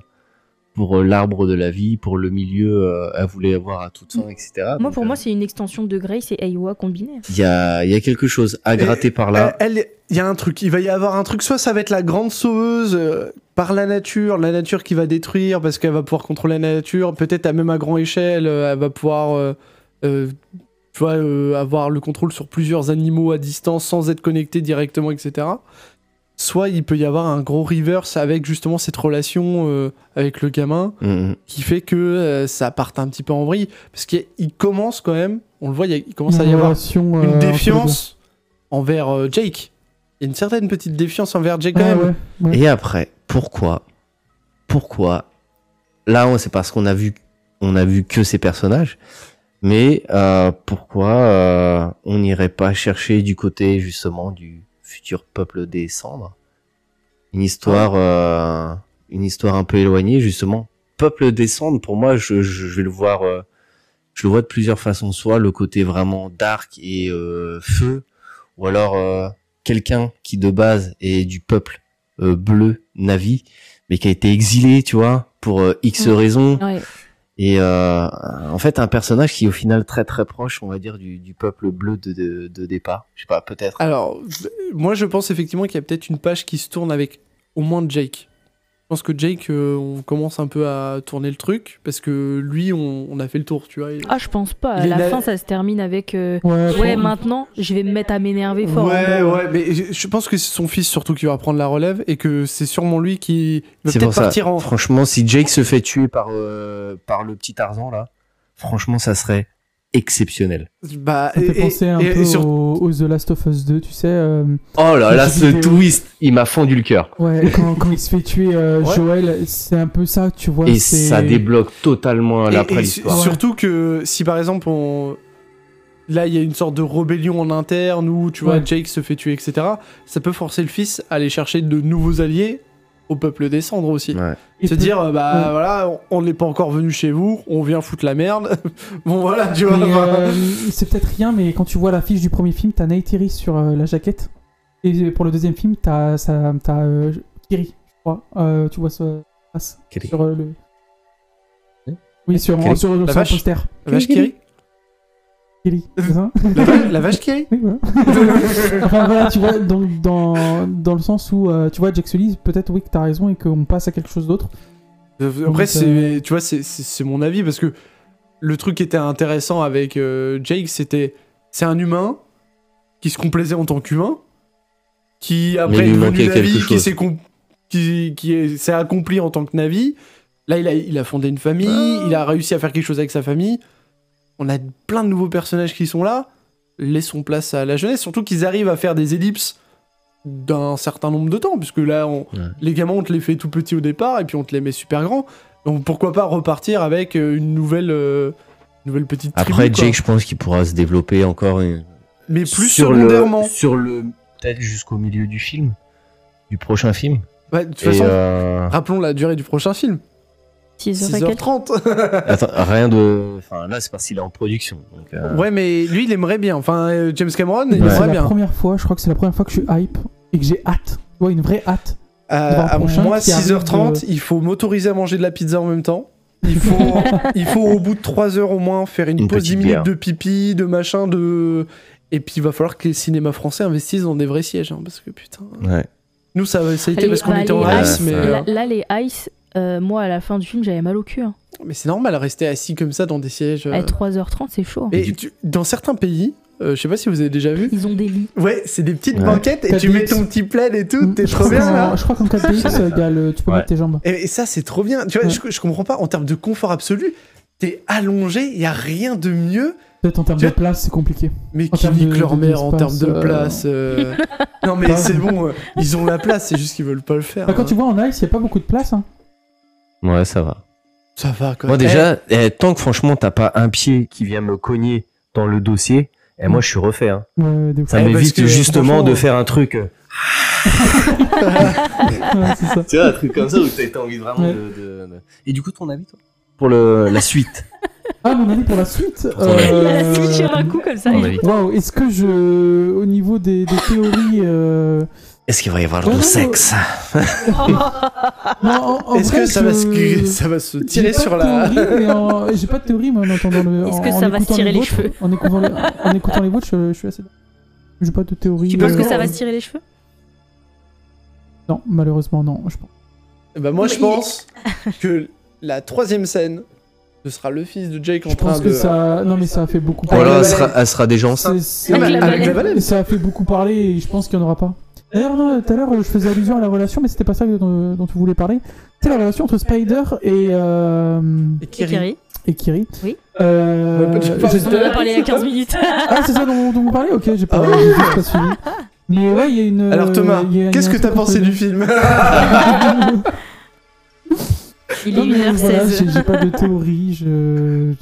pour euh, l'arbre de la vie, pour le milieu, euh, elle voulait avoir à toute fin, etc. Mm. Moi, Donc, pour euh, moi, c'est une extension de Grace et Eiwa combinée. il y a il y a quelque chose à gratter par là. Elle, elle- il y a un truc, il va y avoir un truc. Soit ça va être la grande sauveuse euh, par la nature, la nature qui va détruire parce qu'elle va pouvoir contrôler la nature. Peut-être à même à grande échelle, euh, elle va pouvoir, euh, euh, tu vois, euh, avoir le contrôle sur plusieurs animaux à distance sans être connecté directement, etc. Soit il peut y avoir un gros reverse avec justement cette relation euh, avec le gamin. Mm, mm. qui fait que euh, ça parte un petit peu en vrille. Parce qu'il il commence quand même, on le voit, il, y a- il commence à y avoir relation, euh, une entre les défiance envers euh, Jake. Il y a une certaine petite défiance envers Jake deux. quand Ah même. ouais, ouais. Et après, pourquoi Pourquoi Là, on- c'est parce qu'on a vu, on a vu que ces personnages, mais euh, pourquoi euh, on n'irait pas chercher du côté justement du futur peuple des cendres Une histoire, euh, une histoire un peu éloignée justement. Peuple des cendres, pour moi, je, je- je vais le voir, euh, je le vois de plusieurs façons. Soit le côté vraiment dark et euh, feu, ou alors euh, quelqu'un qui de base est du peuple euh, bleu Navi, mais qui a été exilé, tu vois, pour euh, X Mm. raisons. Ouais. Et euh, en fait, un personnage qui est au final très très proche, on va dire, du, du peuple bleu de, de, de départ. Je sais pas, peut-être. Alors, euh, moi je pense effectivement qu'il y a peut-être une page qui se tourne avec au moins Jake. Je pense que Jake, euh, on commence un peu à tourner le truc parce que lui, on, on a fait le tour, tu vois. il- Ah, je pense pas. À Il la a- fin, ça se termine avec. euh, Ouais, Ouais, bon. maintenant, je vais me mettre à m'énerver fort. hein. Ouais, en gros. ouais, mais je je pense que c'est son fils surtout qui va prendre la relève et que c'est sûrement lui qui va C'est peut-être pour ça. partir en. Franchement, si Jake se fait tuer par, euh, par le petit Tarzan, là, franchement, ça serait exceptionnel. Bah, Ça me fait penser un et- peu et surtout- au, au The Last of Us 2, tu sais. euh, Oh là Mais là, c'est ce vidéo. twist, il m'a fendu le cœur. ouais, quand, quand il se fait tuer euh, Ouais. Joël, c'est un peu ça, tu vois. Et c'est- ça débloque totalement Et- l'après et l'histoire. su- Surtout que si par exemple on... là il y a une sorte de rébellion en interne où tu vois Ouais. Jake se fait tuer etc, ça peut forcer le fils à aller chercher de nouveaux alliés au peuple des cendres aussi. Ouais. Et Se puis- dire euh, bah Ouais. voilà on- on n'est pas encore venu chez vous, on vient foutre la merde. bon voilà tu vois. Mais, enfin, euh, c'est peut-être rien, mais quand tu vois l'affiche du premier film, t'as Neytiri sur euh, la jaquette. Et euh, pour le deuxième film, t'as ça- t'as, euh, Kiri, je crois. Euh, tu vois ce face Kiri. sur euh, le. Hein Oui, sur, Kiri. sur, sur vache. le poster. La vache Kiri, Kiri, c'est ça la, va- la vache Kiri. Oui, voilà. enfin voilà, tu vois, donc, dans, dans le sens où, euh, tu vois, Jack Sully, peut-être oui que t'as raison et qu'on passe à quelque chose d'autre. Euh, Après, Donc, c'est, tu vois, c'est- c'est c'est mon avis parce que le truc qui était intéressant avec euh, Jake, c'était c'est un humain qui se complaisait en tant qu'humain, qui après est lui manquait devenu quelque Navi, qui chose. s'est com- qui, qui est- s'est accompli en tant que Navi. Là, il a, il a fondé une famille, il a réussi à faire quelque chose avec sa famille. On a plein de nouveaux personnages qui sont là. Laissons place à la jeunesse, surtout qu'ils arrivent à faire des ellipses d'un certain nombre de temps, puisque là, on- Ouais. les gamins, on te les fait tout petits au départ, et puis on te les met super grands. Donc pourquoi pas repartir avec euh, une nouvelle, euh, nouvelle petite tribu, Après, quoi. Jake, je pense qu'il pourra se développer encore une- mais plus sur secondairement. le sur le peut-être jusqu'au milieu du film, du prochain film. Ouais, de toute Et, façon, euh, rappelons la durée du prochain film. 6h30 attends, rien de. Enfin, là, c'est parce qu'il est en production. donc, euh, Ouais, mais lui, il aimerait bien. Enfin, euh, James Cameron, il Et Ouais. C'est aimerait la bien. première fois, je crois que c'est la première fois que je suis hype et que j'ai hâte. Tu vois, une vraie hâte. Euh, Devant à un prochain moi, qui arrive 6h30, il faut m'autoriser à manger de la pizza en même temps. Il faut, il faut au bout de 3 heures au moins faire une, Une pause petite 10 minutes bière. de pipi, de machin, de. Et puis il va falloir que les cinémas français investissent dans des vrais sièges, hein, parce que putain. ouais. Nous, ça, ça a été Allez, parce qu'on bah, était en les race, Ice, mais, euh, euh, Là, là, les Ice, euh, moi, à la fin du film, j'avais mal au cul. hein. mais c'est normal, rester assis comme ça dans des sièges. euh. À 3h30, c'est chaud. hein. Et tu- dans certains pays, euh, je sais pas si vous avez déjà vu, Ils ont des lits. ouais, c'est des petites Ouais. banquettes et T'as tu des- mets ton petit plaid et tout, t'es Je trop crois bien qu'en- là. Mm. Je crois qu'en 4DX, il y a le- euh, tu peux Ouais. mettre tes jambes. Et, et ça, c'est trop bien. Tu vois, Ouais. je, je comprends pas. En termes de confort absolu, t'es allongé, il y a rien de mieux. Peut-être en termes Tu- de place, c'est compliqué. Mais En qui termes nique de- leur de- mère en termes d'espace, de euh, place. euh, non, mais Pas- c'est bon, euh, ils ont la place, c'est juste qu'ils veulent pas le faire. Bah, quand hein. tu vois en ice, il n'y a pas beaucoup de place. Hein. Ouais, ça va. Ça va quand Moi, déjà, eh, tant que franchement, t'as pas un pied qui vient me cogner dans le dossier, et moi, je suis refait. hein. Ouais, Euh, des- Ça Mm. Eh, parce m'évite que, justement franchement, de faire un truc. euh, Ouais, c'est ça. Tu vois, un truc comme ça où t'as t'as envie vraiment Ouais. de, de- de- Et du coup, ton avis, toi Pour le, la suite. Ah, mon avis pour la suite. Pour ton avis. Il a euh, la suite sur un coup comme ça. Ton il- avis. Waouh, est-ce que je. Au niveau des, des théories. euh, Est-ce qu'il va y avoir Ouais, du non, sexe non, en- en Est-ce vrai, que ça, va je- se... ça va se J'ai tirer pas de sur la. théorie, mais en- J'ai pas de théorie, moi, en entendant le. Est-ce en- que en ça va se écoutant tirer les vôtres- cheveux En écoutant les, en écoutant les vôtres, je, je suis assez. J'ai pas de théorie. Tu euh, penses que ça va se tirer les cheveux Non, malheureusement, non, je pense. Bah, moi, Mais je il- pense que la troisième scène, ce sera le fils de Jake en Je train pense de. que ça. Non, mais ça a fait beaucoup Oh Ou là, alors, la elle baleine. sera, elle sera déjà enceinte C'est- c'est- Avec la Ah, Avec la baleine. baleine. Ça a fait beaucoup parler et je pense qu'il n'y en aura pas. D'ailleurs, non, tout à l'heure, je faisais allusion à la relation, mais c'était pas ça dont, dont tu voulais parler. C'est la relation entre Spider et, euh, Et Et Kiri. Kerry et Kiri. Oui. Euh, Ouais, tu parles j'ai- On en a parlé il y a 15 minutes. Ah, c'est ça dont, dont vous parlez Ok, j'ai pas, Ah j'ai juste pas suivi. Mais ouais, il y a une. euh, Alors, Thomas, il y a- il y a qu'est-ce un que t'as truc pensé entre du les film Il deux. Non, est mais voilà, j'ai 1h16. j'ai pas de théorie. Je...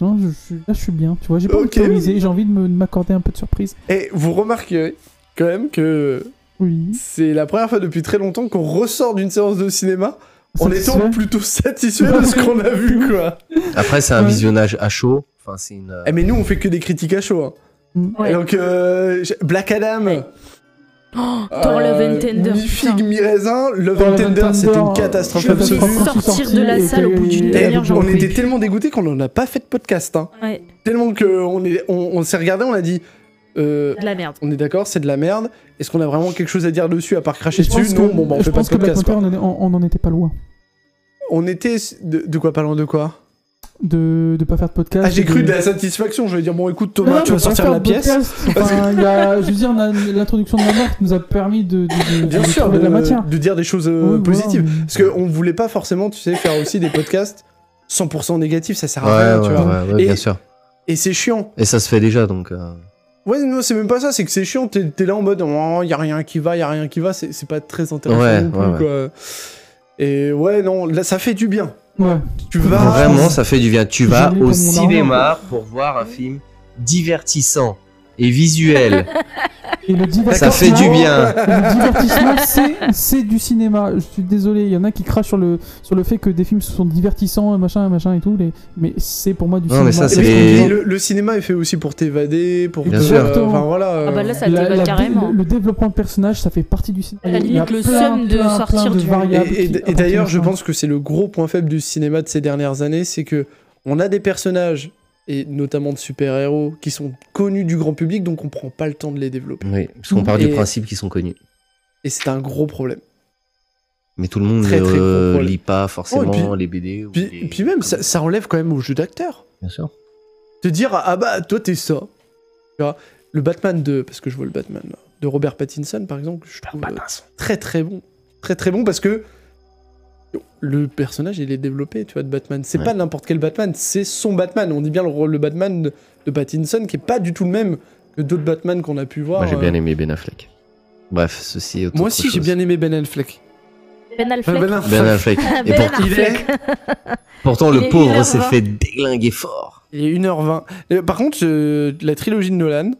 Non, je suis... là, je suis bien. Tu vois, j'ai pas Ok. envie de théoriser, J'ai envie de me- de m'accorder un peu de surprise. Et vous remarquerez quand même que Oui. c'est la première fois depuis très longtemps qu'on ressort d'une séance de cinéma en Satisfait. étant plutôt satisfait de ce qu'on a vu, quoi. Après, c'est un Ouais. visionnage à chaud. Enfin, c'est une. euh, Eh mais nous on fait que des critiques à chaud. hein. Ouais. Donc euh, j'ai- Black Adam. Ouais. Oh, euh, Dans Love and Tender. Mi putain. figue mi raisin. Love Dans and Love and Tender c'était une Tender, catastrophe je me suis absolue. sorti- Sortir sorti de la et salle au bout d'une que- Eh, D'ailleurs, j'en on peux était plus. tellement dégoûtés qu'on en a pas fait de podcast. Hein. Ouais, Tellement qu'on est, on, on s'est regardé, on a dit. euh, de la merde. on est d'accord, c'est de la merde. Est-ce qu'on a vraiment quelque chose à dire dessus à part cracher Je dessus pense Non, que- bon, bah, on je fait pas de pense que Black podcast. Panther, quoi. on en est- on on en était pas loin. On était de, de quoi parlant de quoi De ne pas faire de podcast. Ah, j'ai et cru de de- la satisfaction. Je vais dire bon, écoute Euh, Non, Thomas, non, tu vas mais pas sortir de faire la de pièce. podcast. Enfin, il y a- je veux dire, on a- l'introduction de la morte nous a permis de, de- de- Bien de sûr, trouver de, de la matière. de dire des choses euh, Oui, voilà, positives. mais- Parce qu'on voulait pas forcément, tu sais, faire aussi des podcasts 100% négatifs, ça sert Ouais, à rien, tu ouais, vois. ouais, ouais, Et- bien sûr. Et c'est chiant. Et ça se fait déjà, donc. euh, Ouais, non, c'est même pas ça, c'est que c'est chiant, t'es t'es là en mode, oh, y a rien qui va, y a rien qui va, c'est c'est pas très intéressant Ouais, non plus, ouais, ouais. quoi. Et ouais, non, là, ça fait du bien. Ouais. Tu vas... Vraiment, ça fait du bien. Tu vas J'ai mis au comme mon cinéma pour voir un film divertissant et visuel. Et le ça D'accord, fait du bon. bien. Le divertissement, c'est- c'est du cinéma. Je suis désolé, il y en a qui crachent sur le, sur le fait que des films sont divertissants, et machin, machin et tout. les- mais c'est pour moi du Non, cinéma. mais ça, Et c'est- puis, le, le cinéma est fait aussi pour t'évader, pour... Bien te- sûr. euh, Enfin voilà. euh, Ah bah là, ça La- déballe la- carrément. le, le développement de personnage, ça fait partie du cinéma. À la Il y a limite, le plein, seum de plein, sortir plein de du- variables Et, et- qui et apportent d'ailleurs, du je sens. pense que c'est le gros point faible du cinéma de ces dernières années, c'est que on a des personnages et notamment de super-héros qui sont connus du grand public, donc on prend pas le temps de les développer. Oui, parce qu'on part Et- du principe qu'ils sont connus. Et c'est un gros problème. Mais tout le monde Très, ne très gros problème. lit pas forcément Oh, et les BD. Ou Puis, les- puis même, ça, ça enlève quand même au jeu d'acteur. Bien sûr. Te dire ah bah toi t'es ça, Tu vois, le Batman de parce que je vois le Batman là, Bah, Ah, bah, de Robert Pattinson par exemple, que je trouve euh, très très bon, très très bon parce que le personnage il est développé tu vois de Batman c'est pas n'importe quel Batman c'est son Batman on dit bien le, rôle- le Batman de, de Pattinson qui est pas du tout le même que d'autres Batman qu'on a pu voir Moi, j'ai euh. bien aimé Ben Affleck. Bref, ceci est autre Moi aussi j'ai chose. bien aimé Ben Affleck Ben Affleck. Ben Affleck, Ben Affleck. Et Ben pour- Affleck. il est pourtant, Il le est pauvre énorme, s'est hein. fait déglinguer fort. il est 1h20 Et par contre euh, la trilogie de Nolan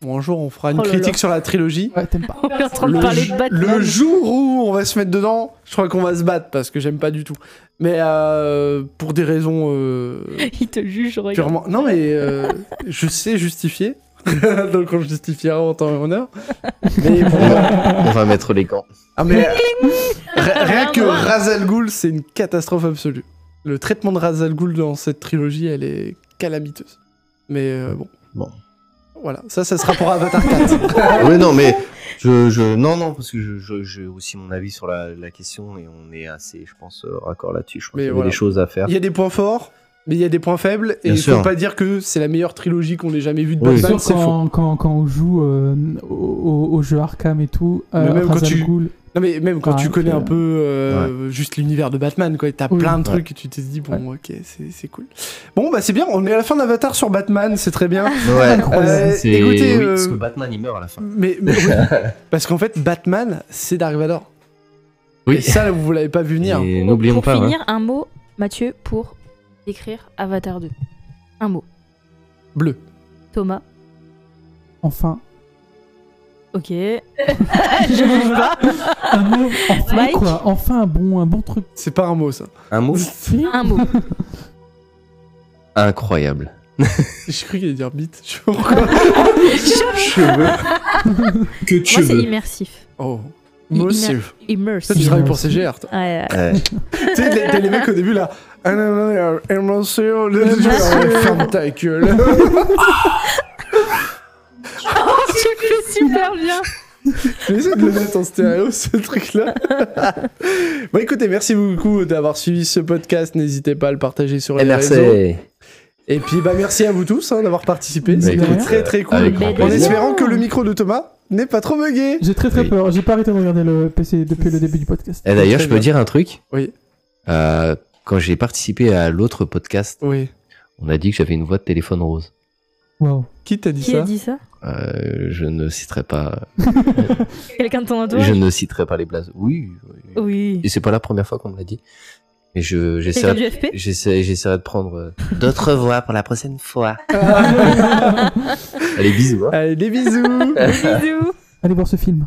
bon un jour on fera une Oh là critique là. sur la trilogie Ouais, t'aimes pas. On est en train de le, parler ju- de Batman. le jour où on va se mettre dedans, je crois qu'on va se battre parce que j'aime pas du tout. Mais euh, pour des raisons euh, Il te juge, regarde. purement. Non, mais euh, je sais justifier. Donc on justifiera en temps et en heure. Mais On bon, va, on va mettre les gants. ah, mais, Ri- rien que Vraiment. Razal Ghoul, c'est une catastrophe absolue. Le traitement de Razal Ghoul dans cette trilogie, elle est calamiteuse. Mais euh, bon. Bon. Voilà, ça, ça sera pour Avatar 4. oui, non, mais je, je- non, non, parce que je- je- j'ai aussi mon avis sur la, la question et on est assez, je pense, euh, raccord là-dessus. Je pense Mais qu'il y avait voilà. des choses à faire. Il y a des points forts, mais il y a des points faibles. Et Bien il faut sûr. pas dire que c'est la meilleure trilogie qu'on ait jamais vue de Oui. C'est Batman, sûr, c'est faux. quand, quand, quand on joue euh, au, au- au jeu Arkham et tout, euh, Mais même quand Razal tu- Ghoul, Non, mais même quand Ah, tu connais c'est- un peu euh, juste l'univers de Batman, quoi, et t'as Oui. plein de trucs et tu te dis, bon, ok, c'est c'est cool. Bon, bah c'est bien, on est à la fin d'Avatar sur Batman, c'est très bien. Ouais, Euh, c'est- écoutez, oui, euh, parce que Batman il meurt à la fin. Mais, mais oui. parce qu'en fait, Batman, c'est Dark Vador. Oui. Et ça, vous l'avez pas vu venir. Et Pour- n'oublions pour pas. hein. finir, un mot, Mathieu, pour décrire Avatar 2. Un mot. Bleu. Thomas, enfin. ok. Un mot, enfin Mike quoi, enfin un bon, un bon truc. C'est pas un mot, ça. Un mot Un mot. incroyable. J'ai cru qu'il allait dire bite. Je sais pas pourquoi. Cheveux. Que de Moi, c'est cheveux. immersif. Oh. Moi aussi. Immersif. Ça, tu travailles pour CGR, toi. Ouais, ouais. Ouais. Tu sais, t'as t'as les mecs au début là. Ah non, non, non, non, non, c'est- le- le- le- Ferme ta gueule. Tu fais super bien. J'essaie de le mettre en stéréo, ce truc-là. bon, écoutez, merci beaucoup d'avoir suivi ce podcast. N'hésitez pas à le partager sur les Et réseaux. eh, merci. Et puis, bah, merci à vous tous hein, d'avoir participé. Bah, C'était écoute, très, très cool. avec grand En plaisir. espérant que le micro de Thomas n'est pas trop bugué. J'ai très très Oui. peur, j'ai pas arrêté de regarder le PC depuis le début du podcast. Et d'ailleurs, Très je peux bien. dire un truc. Oui. Euh, quand j'ai participé à l'autre podcast, Oui. on a dit que j'avais une voix de téléphone rose. Wow. Qui t'a dit Qui ça a dit ça Euh, je ne citerai pas. Quelqu'un de ton Je entourage ne citerai pas les places. Oui. oui. Oui. Et c'est pas la première fois qu'on me l'a dit. Mais je Quelqu'un j'essaierai du FP j'essaie- j'essaierai de prendre euh, d'autres voix pour la prochaine fois. Allez bisous. hein. Allez, des bisous. Bisous. Allez voir ce film.